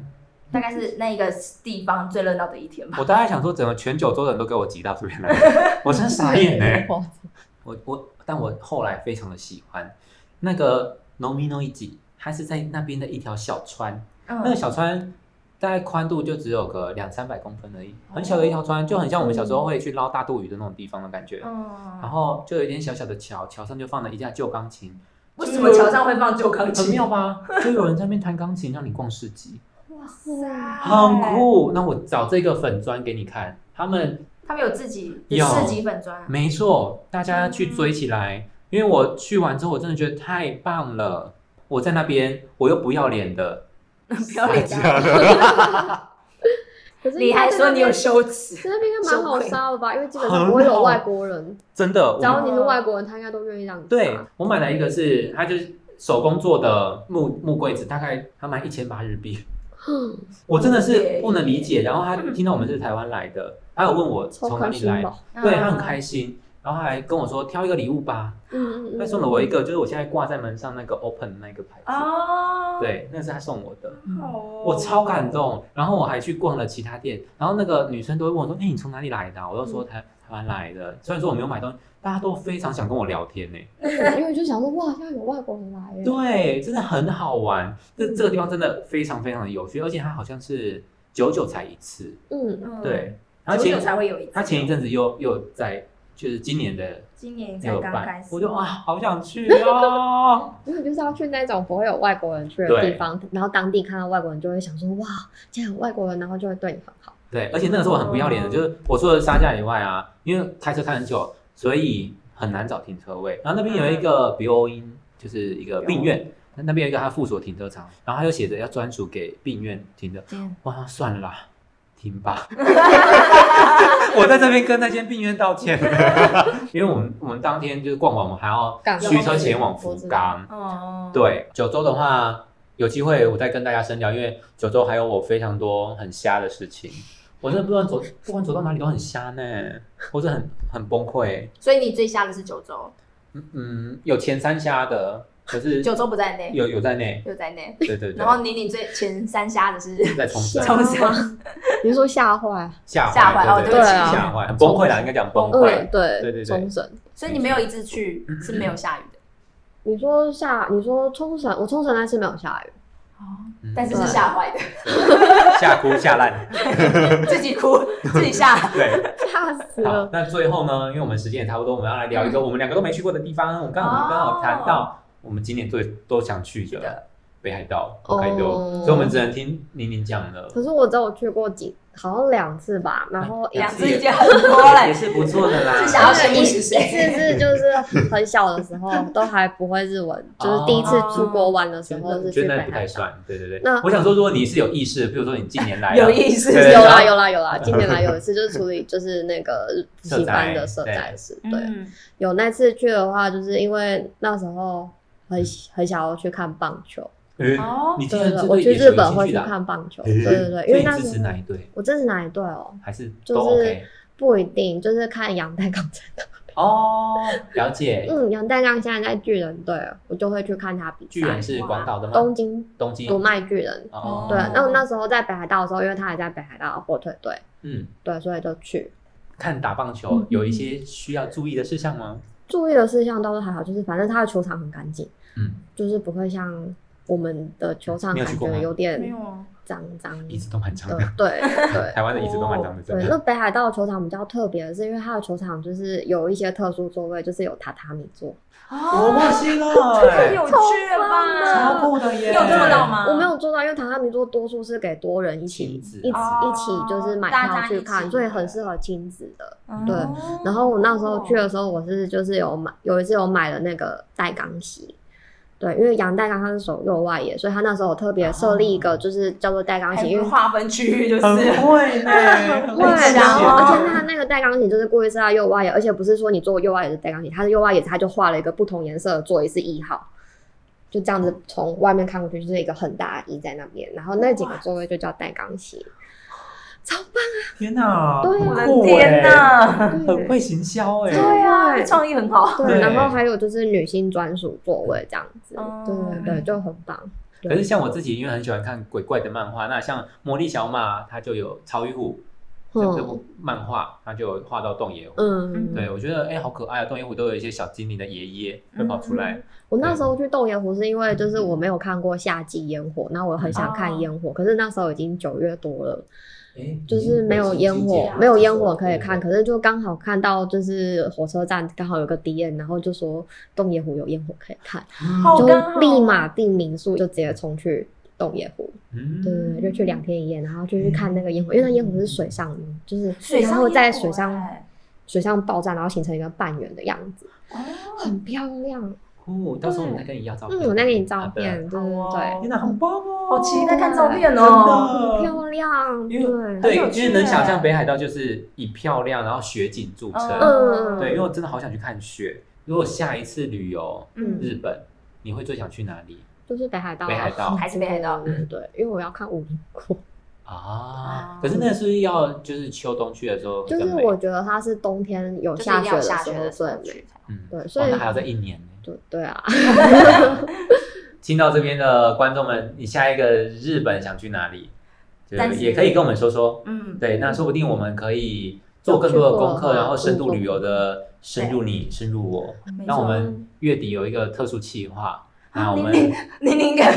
Speaker 2: 大概是那一个地方最热闹的一天吧。
Speaker 1: 我大概想说，整个全九州人都给我挤到这边来， 我真傻眼呢、我我，但我后来非常的喜欢那个农民农一集，它是在那边的一条小川，那个
Speaker 2: 嗯，
Speaker 1: 小川大概宽度就只有个两三百公分而已，
Speaker 2: 哦
Speaker 1: 很小的一条川，就很像我们小时候会去捞大肚鱼的那种地方的感觉。然
Speaker 2: 嗯，
Speaker 1: 后就有一点小小的桥，桥上就放了一架旧钢琴，
Speaker 2: 为什么桥上会放旧钢
Speaker 1: 很
Speaker 2: 琴？
Speaker 1: 妙吧？就有人在那边弹钢琴，让你逛市集，
Speaker 2: 哇塞，
Speaker 1: 很。酷。那我找这个粉砖给你看，他们
Speaker 2: 他们有自己
Speaker 1: 有
Speaker 2: 市集粉砖，啊
Speaker 1: 没错，大家去追起来，因为我去完之后，我真的觉得太棒了。我在那边，我又不要脸的，
Speaker 2: 不要 脸，
Speaker 5: 可是
Speaker 2: 你还说你有羞耻
Speaker 5: 其，实那边应该蛮好杀的吧？因为基本
Speaker 6: 很
Speaker 5: 上
Speaker 6: 好
Speaker 5: 不会有外 国人，
Speaker 1: 真的。
Speaker 5: 只要
Speaker 1: 我
Speaker 5: 你是外国人，他应该都愿意让你
Speaker 1: 对
Speaker 5: 杀。
Speaker 1: 我买了一个是，它就是手工做的木木柜子，大概它卖一千八日币，我真的是不能理解。然后他听到我们是台湾来的，他有问我
Speaker 5: 超
Speaker 1: 从哪
Speaker 5: 开
Speaker 1: 里
Speaker 5: 心
Speaker 1: 来，
Speaker 5: 吧？ 啊
Speaker 1: 对他很开心，然后还跟我说挑一个礼物吧，
Speaker 5: 嗯嗯嗯，
Speaker 1: 他送了我一个，就是我现在挂在门上那个 open 那个牌子，
Speaker 5: 啊
Speaker 2: 哦，，
Speaker 1: 对，那是他送我的。
Speaker 2: 我
Speaker 1: 我超感，动，然后我还去逛了其他店，然后那个女生都会问我说：“哎、你从哪里来的啊、我
Speaker 5: 嗯
Speaker 1: 就说台台湾来的。虽然说我没有买东西，大家都非常想跟我聊天呢、欸
Speaker 5: 嗯，因为就想说哇，要有外国人来耶，
Speaker 1: 对，真的很好玩，
Speaker 2: 嗯
Speaker 1: 这这个地方真的非常非常的有趣，而且它好像是久久才一次，
Speaker 5: 嗯，
Speaker 2: 嗯，
Speaker 1: 对。然后
Speaker 2: 久久
Speaker 1: 前
Speaker 2: 才会有一次，
Speaker 1: 他前一阵子又又在就是今年的
Speaker 2: 今年才
Speaker 1: 又有
Speaker 2: 刚开
Speaker 1: 办
Speaker 2: 始，，
Speaker 1: 我就啊好想去哦。
Speaker 5: 因为就是要去那种不会有外国人去的地方，然后当地看到外国人就会想说哇，竟然有外国人，然后就会对你哦很好。
Speaker 1: 对，而且那个时候我很不要脸的，就是我除了杀价以外
Speaker 5: 嗯
Speaker 1: 啊，因为开车开很久，所以很难找停车位。然后那边有一个 b i o i n 就是一个病院，那那边有一个它附属停车场，然后它就写着要专属给病院停的
Speaker 2: 嗯，
Speaker 1: 哇，算了啦。停 吧，我在这边跟那间病院道歉， 因为我们我们当天就是逛完，我们还要
Speaker 5: 赶
Speaker 1: 驱车
Speaker 5: 快去
Speaker 1: 前往
Speaker 5: 我
Speaker 1: 福
Speaker 5: 知道
Speaker 1: 冈，
Speaker 2: 哦，
Speaker 1: 对，九州的话，有机会我再跟大家深聊，因为九州还有我非常多很瞎的事情。我真的不管走，不管走到哪里都很瞎呢，我真的很很崩溃。
Speaker 2: 所以你最瞎的是九州，
Speaker 1: 嗯嗯，有前三瞎的，可是
Speaker 2: 九州不在内，
Speaker 1: 有有在内，
Speaker 2: 又在内。
Speaker 1: 对对对，
Speaker 2: 然后你你最前三瞎的是
Speaker 1: 在冲绳
Speaker 2: 冲绳，
Speaker 5: 你是说吓坏？
Speaker 1: 吓
Speaker 2: 吓坏
Speaker 1: 坏，
Speaker 2: 哦
Speaker 1: 对
Speaker 5: 对不起
Speaker 1: 吓坏，很崩溃啦，应该讲崩
Speaker 5: 嗯
Speaker 1: 溃，。对
Speaker 5: 对
Speaker 1: 对对
Speaker 5: 冲绳。
Speaker 2: 所以你没有一次去是没有下雨的，
Speaker 1: 嗯
Speaker 5: 你说下，你说冲绳，我冲绳那次没有下雨，
Speaker 1: 嗯
Speaker 2: 但是是吓坏的，
Speaker 1: 吓哭吓烂，
Speaker 2: 自己哭自己吓。
Speaker 1: 对。
Speaker 5: 吓死
Speaker 1: 好
Speaker 5: 了，。嗯
Speaker 1: 那最后呢，因为我们时间也差不多，我们要来聊一个我们两个都没去过的地方。我们刚刚
Speaker 2: 哦
Speaker 1: 刚好谈到我们今年最都想去的北海道、
Speaker 5: 哦
Speaker 1: 北海道，所以我们只能听宁宁讲了。
Speaker 5: 可是我只有去过几，好像两次吧，然后一
Speaker 1: 两
Speaker 2: 两次已经很多了
Speaker 1: 也，是不错的啦。
Speaker 2: 是啊想要羡慕
Speaker 5: 一
Speaker 2: 谁
Speaker 5: 次是就是很小的时候，都还不会日文，
Speaker 1: 哦
Speaker 5: 就是第一次出国玩的时候是
Speaker 1: 觉
Speaker 5: 去
Speaker 1: 得那
Speaker 5: 北
Speaker 1: 不太
Speaker 5: 海道。
Speaker 1: 算，对对对。
Speaker 5: 那
Speaker 1: 我想说，如果你是有意识的，比如说你近年来啊
Speaker 2: 有意思。
Speaker 1: 对
Speaker 5: 有
Speaker 1: 然
Speaker 5: 啦
Speaker 1: 后
Speaker 5: 有啦 有啦，今年来有一次就是处理就是那个补习班的社宅事，对，
Speaker 2: 嗯，
Speaker 5: 有那次去的话，就是因为那时候很很想要去看棒球，
Speaker 1: 嗯
Speaker 2: 哦，
Speaker 1: 你竟
Speaker 5: 对
Speaker 1: 然
Speaker 5: 对，
Speaker 1: 是
Speaker 5: 我
Speaker 1: 对
Speaker 5: 去
Speaker 1: 野球
Speaker 5: 日
Speaker 1: 有
Speaker 5: 本
Speaker 1: 兴
Speaker 5: 会
Speaker 1: 趣
Speaker 5: 去
Speaker 1: 的啊，
Speaker 5: 看棒球，
Speaker 6: 诶
Speaker 5: 对对对，因
Speaker 1: 所
Speaker 5: 为
Speaker 1: 以
Speaker 5: 那
Speaker 1: 你支
Speaker 5: 时
Speaker 1: 持
Speaker 5: 候
Speaker 1: 哪一队？
Speaker 5: 我支持哪一队哦？
Speaker 1: 还是都
Speaker 5: 就是
Speaker 1: OK？
Speaker 5: 不一定，就是看杨代刚在 哪。
Speaker 1: 哦，了解。
Speaker 5: 嗯，杨代刚现在在巨人队了，我就会去看他比
Speaker 1: 巨人
Speaker 5: 赛。
Speaker 1: 是广岛的吗？
Speaker 5: 东京
Speaker 1: 东京
Speaker 5: 读卖巨人，
Speaker 1: 哦，
Speaker 5: 对。啊那我那时候在北海道的时候，因为他还在北海道火腿队，
Speaker 1: 嗯。
Speaker 5: 对，所以就去。
Speaker 1: 看打棒
Speaker 5: 嗯
Speaker 1: 球有一些需要注意的事项吗？
Speaker 5: 注意的事项倒是还好，就是反正他的球场很干净，
Speaker 1: 嗯，
Speaker 5: 就是不会像我们的球场
Speaker 1: 你有
Speaker 5: 感
Speaker 1: 去过吗
Speaker 5: 觉有
Speaker 2: 没
Speaker 5: 点
Speaker 2: 有啊，
Speaker 5: 脏脏的
Speaker 1: 椅。子都蛮长的，
Speaker 5: 对对
Speaker 1: 台湾的椅子都蛮长的，真
Speaker 5: 对，
Speaker 1: 的。
Speaker 5: 那北海道的球场比较特别的是，因为它的球场就是有一些特殊座位，就是有榻榻米座。
Speaker 1: 我
Speaker 2: 哦，
Speaker 1: 不行了，
Speaker 2: 太有
Speaker 1: 哎
Speaker 2: 趣了吧？
Speaker 1: 超酷的耶！
Speaker 2: 你有做到？吗？
Speaker 5: 我啊没有做到，因为榻榻米座多数是给多人一起
Speaker 1: 亲
Speaker 5: 一
Speaker 1: 子
Speaker 5: 起
Speaker 2: 哦
Speaker 5: 一起就是买
Speaker 2: 大
Speaker 5: 票
Speaker 2: 家
Speaker 5: 去
Speaker 2: 一起
Speaker 5: 看，所以很适合亲子的。
Speaker 2: 嗯，
Speaker 5: 对然后我那时候去
Speaker 2: 哦
Speaker 5: 的时候，我是就是有买有一次有买了那个带钢席。对，因为杨代刚他是守右外野，所以他那时候有特
Speaker 2: 哦
Speaker 5: 别设立一个，就是叫做带钢
Speaker 2: 还
Speaker 5: 席，因为
Speaker 2: 有划分区域就是
Speaker 1: 很 会呢，
Speaker 5: 对，
Speaker 2: 很
Speaker 5: 然后
Speaker 2: 香
Speaker 5: 而
Speaker 2: 哦
Speaker 5: 且他那个带钢琴就是故意是在右外野，而且不是说你坐右外野是带钢琴，他是右外野，他就画了一个不同颜色的座椅是一号，就这样子从外面看过去就是一个很大的一在那边，然后那几个座位就叫带钢琴，超棒！
Speaker 1: 天哪，
Speaker 5: 对啊
Speaker 2: 我的
Speaker 1: 很酷哎
Speaker 2: 天，哪！
Speaker 1: 很会行销哎，
Speaker 2: 对啊，这创意很好。
Speaker 5: 对，
Speaker 1: 对
Speaker 5: 然后还有就是女性专属座位这样子，
Speaker 2: 哦
Speaker 5: 对对对，就很棒。
Speaker 1: 可是像我自己，因为很喜欢看鬼怪的漫画，那像《魔力小马》，它就有超一虎这这
Speaker 5: 嗯
Speaker 1: 部漫画，它就有画到洞爷虎。
Speaker 5: 嗯，
Speaker 1: 对，我觉得哎，好可爱啊！洞爷虎都有一些小精灵的爷爷会跑出来，
Speaker 5: 我那时候去洞爷湖是因为就是我没有看过夏季烟火，然后我很想看烟火，可是那时候已经九月多了。
Speaker 1: 哎，
Speaker 2: 嗯
Speaker 5: 就是没有烟
Speaker 1: 季节
Speaker 5: 火
Speaker 1: 啊，
Speaker 5: 没有烟火可以看，
Speaker 1: 对
Speaker 5: 可是就刚好看到就是火车站刚好有个 D N，然后就说洞爷湖有烟火可以看，
Speaker 2: 好
Speaker 5: 就
Speaker 2: 哦刚好
Speaker 5: 立马订民宿，就直接冲去洞爷湖，
Speaker 1: 嗯
Speaker 5: 对对对，就去两天一夜，然后就去看那个烟火，因为那烟火是水上的，就是
Speaker 2: 水上
Speaker 5: 然后在
Speaker 2: 烟火
Speaker 5: 水上
Speaker 2: 哎
Speaker 5: 水上爆炸，然后形成一个半圆的样子，
Speaker 2: 哦
Speaker 5: 很漂亮。
Speaker 1: 哦，到时候我们再跟你要照片。
Speaker 5: 嗯，我再给你
Speaker 1: 好
Speaker 5: 照
Speaker 1: 的
Speaker 5: 片，对
Speaker 2: 好哦
Speaker 5: 对
Speaker 1: 天哪，好棒哦！
Speaker 2: 好期待看照片哦！
Speaker 5: 对，很
Speaker 1: 真的。
Speaker 5: 漂亮，
Speaker 1: 因为
Speaker 5: 对。
Speaker 2: 很
Speaker 1: 对，
Speaker 2: 有趣
Speaker 1: 因为能想象北海道就是以漂亮然后雪景著称。
Speaker 5: 嗯
Speaker 1: 对，因为我真的好想去看雪。如果下一次旅游
Speaker 2: 嗯
Speaker 1: 日本，你会最想去哪里
Speaker 5: 就是北海道啊，
Speaker 1: 北海道
Speaker 2: 还是北海道
Speaker 5: 对对对，因为我要看五林谷。
Speaker 1: 啊
Speaker 2: 啊？
Speaker 1: 可是那是要就是秋冬去的时候比
Speaker 5: 就
Speaker 1: 较
Speaker 5: 是
Speaker 1: 美，
Speaker 5: 我觉得它是冬天有
Speaker 2: 就是一
Speaker 5: 下
Speaker 2: 定
Speaker 5: 雪
Speaker 2: 要
Speaker 5: 的
Speaker 2: 下
Speaker 5: 时
Speaker 2: 雪
Speaker 5: 候
Speaker 2: 的时
Speaker 5: 最
Speaker 2: 候
Speaker 5: 美
Speaker 2: 去。
Speaker 1: 嗯，
Speaker 5: 对所以
Speaker 1: 哇那还要再一年呢。
Speaker 5: 对对啊，
Speaker 1: 听到这边的观众们，你下一个日本想去哪里？就
Speaker 2: 但是
Speaker 1: 也可以跟我们说说。
Speaker 2: 嗯，
Speaker 1: 对，那说不定我们可以做更多的功
Speaker 5: 有去过
Speaker 1: 课，然后深度旅游的深入
Speaker 2: 对
Speaker 1: 你，深入我。
Speaker 2: 没
Speaker 1: 那我
Speaker 2: 错。
Speaker 1: 们月底有一个特殊企划，那我们
Speaker 2: 玲玲玲玲感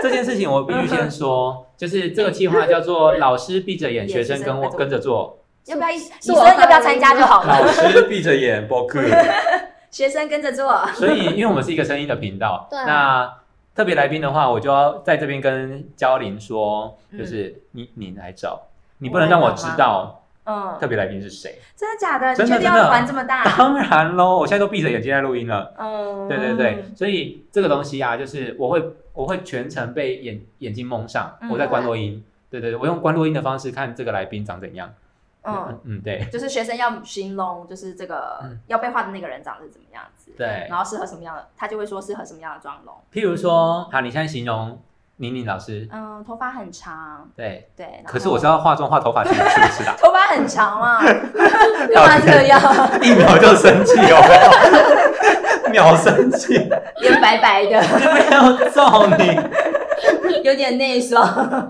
Speaker 1: 这件事情我必须先说，就是这个计划叫做“老师闭着眼，学生跟我跟着做
Speaker 2: 要不要一？你
Speaker 5: 是
Speaker 2: 说
Speaker 5: 我
Speaker 2: 要不要参加就好”，了。
Speaker 6: 师闭着眼播客，
Speaker 2: 学生跟着做，
Speaker 1: 所以因为我们是一个声音的频道，
Speaker 5: 对
Speaker 1: 那特别来宾的话，我就要在这边跟娇玲说，
Speaker 2: 嗯
Speaker 1: 就是你你来找，你不能让我知道。
Speaker 2: 嗯，
Speaker 6: 特别来宾是谁？
Speaker 2: 真的假的？你
Speaker 6: 真的
Speaker 2: 确定
Speaker 6: 真
Speaker 2: 要
Speaker 6: 的
Speaker 2: 玩这么 大？
Speaker 6: 当然喽，我现在都闭着眼睛在录音了。
Speaker 2: 嗯，
Speaker 1: 对对对，，所以这个东西啊，就是我会我会全程被眼眼睛蒙上，
Speaker 2: 嗯
Speaker 1: 我在关录音。对对对，我用关录音的方式看这个来宾长怎样。
Speaker 2: 嗯，
Speaker 1: 嗯嗯，对
Speaker 2: 就是学生要形容，就是这个、
Speaker 1: 嗯
Speaker 2: 要被画的那个人长得怎么样子，
Speaker 1: 对
Speaker 2: 然。后适合什么样的，他就会说适合什么样的妆容。
Speaker 1: 譬如说，好，你现在形容宁宁老师，
Speaker 2: 嗯，头发很长，
Speaker 1: 对，
Speaker 2: 对。然后，
Speaker 6: 可 是我知道化妆化头发是不是
Speaker 1: 啊
Speaker 6: 的
Speaker 2: 头发很长嘛，干嘛这样？
Speaker 6: 一秒就生气哦，秒生气，
Speaker 2: 脸白白的，
Speaker 6: 没有揍你。
Speaker 2: 有点内双。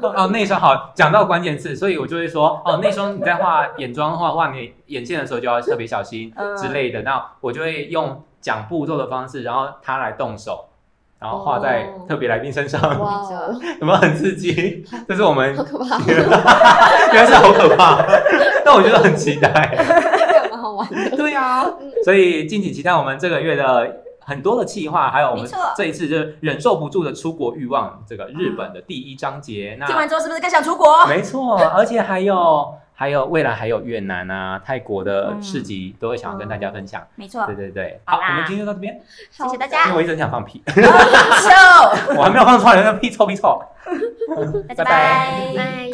Speaker 1: 哦，那时候好讲到关键字，所以我就会说，哦，那时候你在画眼妆画画你眼线的时候就要特别小心
Speaker 2: 嗯
Speaker 1: 之类的。那我就会用讲步骤的方式，然后他来动手，然后画在
Speaker 5: 哦
Speaker 1: 特别来宾身上，
Speaker 5: 哇哦，
Speaker 6: 有没有很刺激？这是我们
Speaker 5: 好 可怕，
Speaker 6: 原来是好可怕，但我觉得很期待。
Speaker 5: 蛮好玩的。
Speaker 1: 对啊，所以敬请期待我们这个月的很多的计划，还有我们
Speaker 2: 没错
Speaker 1: 这一次就是忍受不住的出国欲望，这个日本的第一章节。
Speaker 2: 听
Speaker 1: 那
Speaker 2: 完之后是不是更想出国？
Speaker 1: 没错，而且还有还有未来还有越南啊、泰国的市集都会想要跟大家分享。
Speaker 2: 没错
Speaker 1: 对，对对，
Speaker 2: 好
Speaker 1: 好，
Speaker 2: 啦
Speaker 1: 我们今天就到这边，
Speaker 2: 谢谢大
Speaker 1: 因为
Speaker 2: 家，
Speaker 1: 我一直很想放屁，
Speaker 2: 秀，
Speaker 6: 我还没有放出来，那屁臭屁臭。
Speaker 2: 大家
Speaker 1: 拜
Speaker 2: 拜。
Speaker 5: 拜。